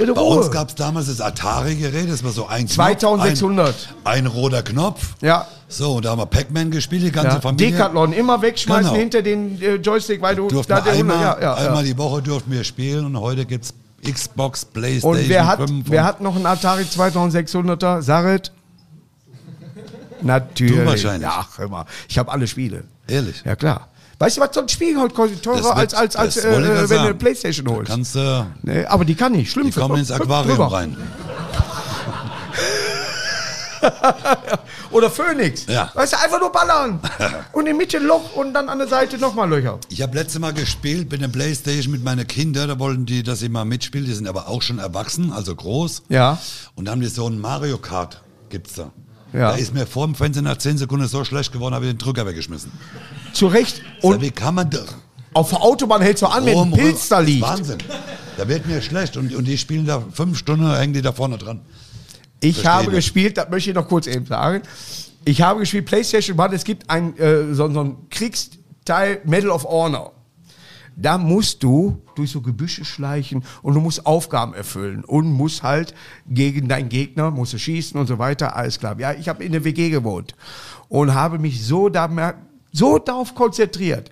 Eine Bei Ruhe. uns gab es damals das Atari-Gerät, das war so ein Knopf, 2600. Ein, ein roter Knopf. Ja. So, und da haben wir Pac-Man gespielt, die ganze Ja. Familie. Decathlon, immer wegschmeißen Genau. hinter den äh, Joystick, weil du durften wir der Hunde- einmal, ja, ja, ja. einmal die Woche durften wir spielen und heute gibt es Xbox, Playstation Und wer hat, 5 wer hat noch einen Atari 2600er? Sarret? Natürlich. Du wahrscheinlich. Ja, hör mal. Ich habe alle Spiele. Ehrlich? Ja, klar. Weißt du, was so ein Spiel heute kostet? Teurer Das wird- als, als, als das äh, wollte ich wenn gerade du sagen. eine Playstation holst. kannst du... nee, aber die kann nicht. Schlimm Die für- kommen ins für- Aquarium drüber. rein. Oder Phoenix. Ja. Weißt du, einfach nur ballern. und in der Mitte Loch und dann an der Seite nochmal Löcher. Ich habe letzte Mal gespielt mit der Playstation mit meinen Kindern. Da wollten die, dass ich mal mitspiele. Die sind aber auch schon erwachsen, also groß. Ja. Und dann haben die so ein Mario Kart, gibt's da. Ja. Da ist mir vor dem Fernseher nach 10 Sekunden so schlecht geworden, habe ich den Drücker weggeschmissen. Zu Recht. Und Und wie kann man da auf der Autobahn hältst du an, wenn ein rum- Pilz da Das ist liegt. Wahnsinn. Da wird mir schlecht. Und, und die spielen da fünf Stunden, hängen die da vorne dran. Ich Verstehe habe nicht. gespielt, das möchte ich noch kurz eben sagen. Ich habe gespielt PlayStation One. Es gibt ein, äh, so, so ein Kriegsteil Medal of Honor. Da musst du durch so Gebüsche schleichen und du musst Aufgaben erfüllen und musst halt gegen deinen Gegner, musst du schießen und so weiter, alles klar. Ja, ich habe in der WG gewohnt und habe mich so, da, so darauf konzentriert.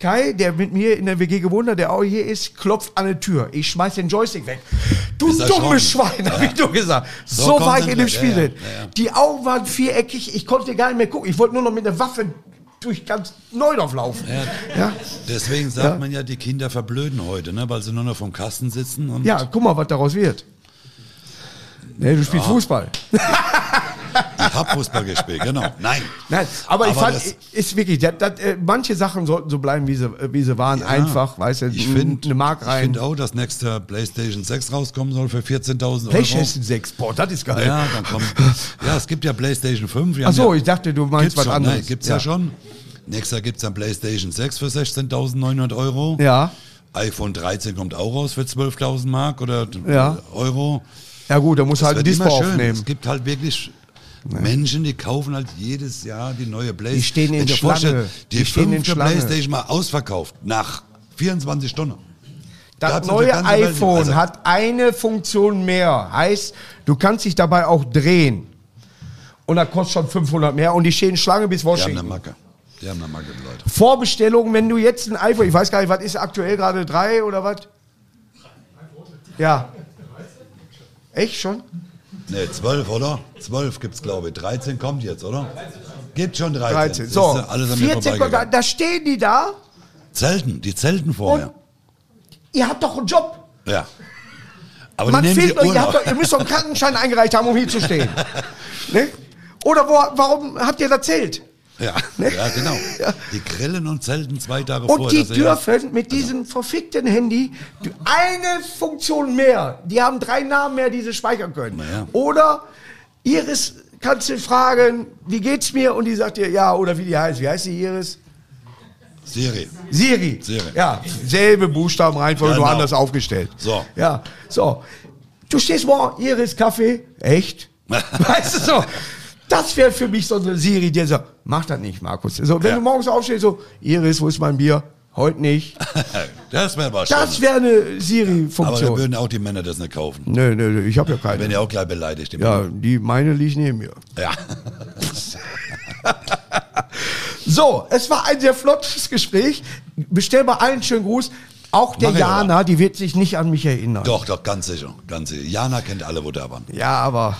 Kai, der mit mir in der WG gewohnt hat, der auch hier ist, klopft an die Tür. Ich schmeiß den Joystick weg. Du Ist erschrocken. dummes Schwein, hab ich nur gesagt. So So, kommt war ich man in dem weg, Spiel ja, ja, drin. ja, ja. Die Augen waren viereckig, ich konnte gar nicht mehr gucken. Ich wollte nur noch mit der Waffe durch ganz Neudorf laufen. Ja. Deswegen sagt man ja, die Kinder verblöden heute, ne? weil sie nur noch vom Kasten sitzen. Und ja, guck mal, was daraus wird. Nee, du spielst Fußball. Ich habe Fußball gespielt, genau. Nein. Nein, aber, ich Aber fand, das- ist wirklich, das, das, äh, manche Sachen sollten so bleiben, wie sie, äh, wie sie waren. Einfach, weißt du, Ich m- finde eine Mark Ich rein. finde auch, dass nächste PlayStation 6 rauskommen soll für 14.000 Euro. PlayStation 6, boah, das ist geil. Ja, dann (laughs) kommt. Ja, es gibt ja PlayStation 5. wir Ach haben so, ja, ich dachte, du meinst gibt's was schon, anderes. Ne, gibt's ja. schon. Nächstes Jahr gibt es dann PlayStation 6 für 16.900 Euro. Ja. iPhone 13 kommt auch raus für 12.000 Mark oder Ja. Euro. Ja gut, da muss halt ein wird Dispo immer schön. aufnehmen. Es gibt halt wirklich Menschen, die kaufen halt jedes Jahr die neue PlayStation. Die stehen in der Schlange. Die, Die stehen in fünfte Schlange. PlayStation mal ausverkauft nach 24 Stunden. Das Gab's in neue der ganzen Welt nicht. iPhone Also- hat eine Funktion mehr. Heißt, du kannst dich dabei auch drehen. Und das kostet schon 500 mehr. Und die stehen Schlange bis Die haben Washington. eine Macke. Die haben eine Macke, die Leute. Vorbestellungen, wenn du jetzt ein iPhone, ich weiß gar nicht, was ist aktuell gerade drei oder was? Ja. Echt schon? Ne, 12, oder? 12 gibt's, glaube ich. 13 kommt jetzt, oder? Gibt schon 13. 13. Siehste, So, alles an mir 14 vorbeigegangen. Quadrat, da stehen die da. Zelten, die zelten Und vorher. ihr habt doch einen Job. Ja. Aber Man die nehmen fehlt die doch, ihr, habt Urlaub. doch, ihr müsst doch einen Krankenschein eingereicht haben, um hier zu stehen. ne? Oder wo, warum habt ihr da Zelt? (laughs) Ja, ja, genau. Die grillen und zelten zwei Tage vorher. Und die dass sie- dürfen Also- mit diesem verfickten Handy die- eine Funktion mehr. Die haben drei Namen mehr, die sie speichern können. Na ja. Oder Iris kannst du fragen, wie geht's mir? Und die sagt dir, ja, oder wie die heißt. Wie heißt die Iris? Siri. Siri. Siri. Ja, selbe Buchstabenreihenfolge, Genau. nur anders aufgestellt. So. Ja, so. Du stehst morgen, Iris Kaffee. (laughs) Echt? weißt du so? Das wäre für mich so eine Siri, die sagt, mach das nicht, Markus. So, wenn Ja. du morgens aufstehst, so, Iris, wo ist mein Bier? Heute nicht. Das wäre was Das Schönes. wäre eine Aber da Siri-Funktion. würden auch die Männer das nicht kaufen. Nö, nö, nö, ich habe ja keine. Wenn ja auch gleich beleidigt. die Ja, die meine liegt neben mir. Männer. So, es war ein sehr flottes Gespräch. Bestell bei allen schönen Gruß. Auch der Mach ich aber. Jana, die wird sich nicht an mich (laughs) erinnern. Doch, doch, ganz sicher. Ganz sicher. Jana kennt alle, wo da waren. Ja, aber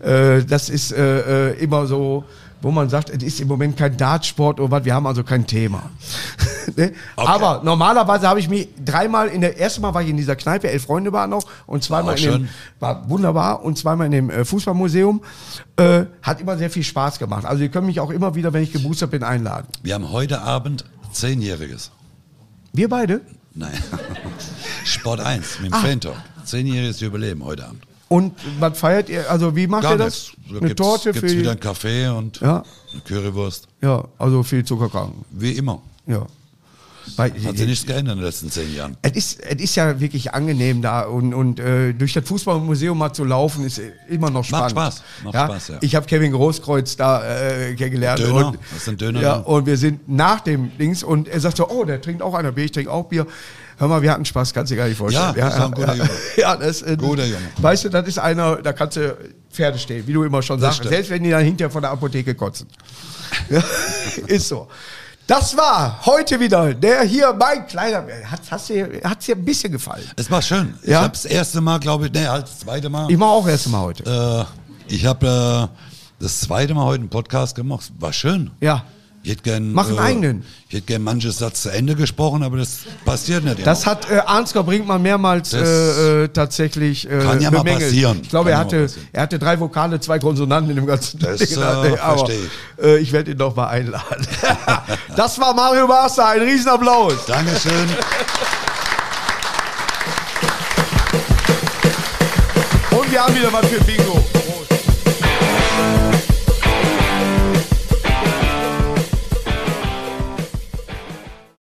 äh, das ist äh, äh, immer so, wo man sagt, es ist im Moment kein Dartsport oder was, wir haben also kein Thema. (laughs) ne? Aber normalerweise habe ich mich dreimal in der ersten Mal war ich in dieser Kneipe, elf Freunde waren noch und zweimal auch in dem, schön. war wunderbar und zweimal in dem äh, Fußballmuseum. Äh, hat immer sehr viel Spaß gemacht. Also ihr könnt mich auch immer wieder, wenn ich geboostert bin, einladen. Wir haben heute Abend Zehnjähriges. Wir beide. Nein. (laughs) Sport 1 mit dem Ah. Fan Talk. Zehnjähriges Überleben heute Abend. Und was feiert ihr? Also wie macht Gar ihr das? nichts. Da Eine gibt's, Torte gibt's für wieder einen Kaffee und Ja. eine Currywurst. ja, also viel Zuckerkranken. Wie immer. Ja. Weil, Hat sich nichts geändert in den letzten zehn Jahren. Es ist, es ist ja wirklich angenehm da und, und äh, durch das Fußballmuseum mal zu laufen ist immer noch Macht spannend. Spaß, macht Spaß, ja. Ich habe Kevin Großkreuz da äh, kennengelernt. Döner, Und, das ist ein Döner, Ja, ne? und wir sind nach dem Dings und er sagte, oh, der trinkt auch einer Bier, ich trinke auch Bier. Hör mal, wir hatten Spaß, kannst du dir gar nicht vorstellen. Ja, das war ein guter ja, Junge. (laughs) ja, das, äh, Guter Junge. Weißt du, das ist einer, da kannst du Pferde stehen, wie du immer schon Das sagst. stimmt. Selbst wenn die dann hinterher von der Apotheke kotzen. Ja, (laughs) ist so. Das war heute wieder der hier mein kleiner. Hat, hast dir, hat's dir ein bisschen gefallen? Es war schön. Ich Ja? habe das erste Mal, glaube ich, nee, halt das zweite Mal. Ich mache auch erst mal heute. äh, ich habe äh, das zweite Mal heute einen Podcast gemacht. War schön. Ja. Ich hätte gern, äh, Mach einen eigenen. Ich hätte gern manches Satz zu Ende gesprochen, aber das passiert nicht. Das hat äh, Ansgar Brinkmann mehrmals Das äh, äh, tatsächlich äh, kann ja mal passieren. Ich glaube, Kann ja mal er hatte, passieren. er hatte drei Vokale, zwei Konsonanten in dem ganzen (laughs) Das, äh, aber, verstehe äh, ich werde ihn doch (laughs) mal einladen. das war Mario Master, ein Riesenapplaus. Dankeschön. Und wir haben wieder was für Bingo.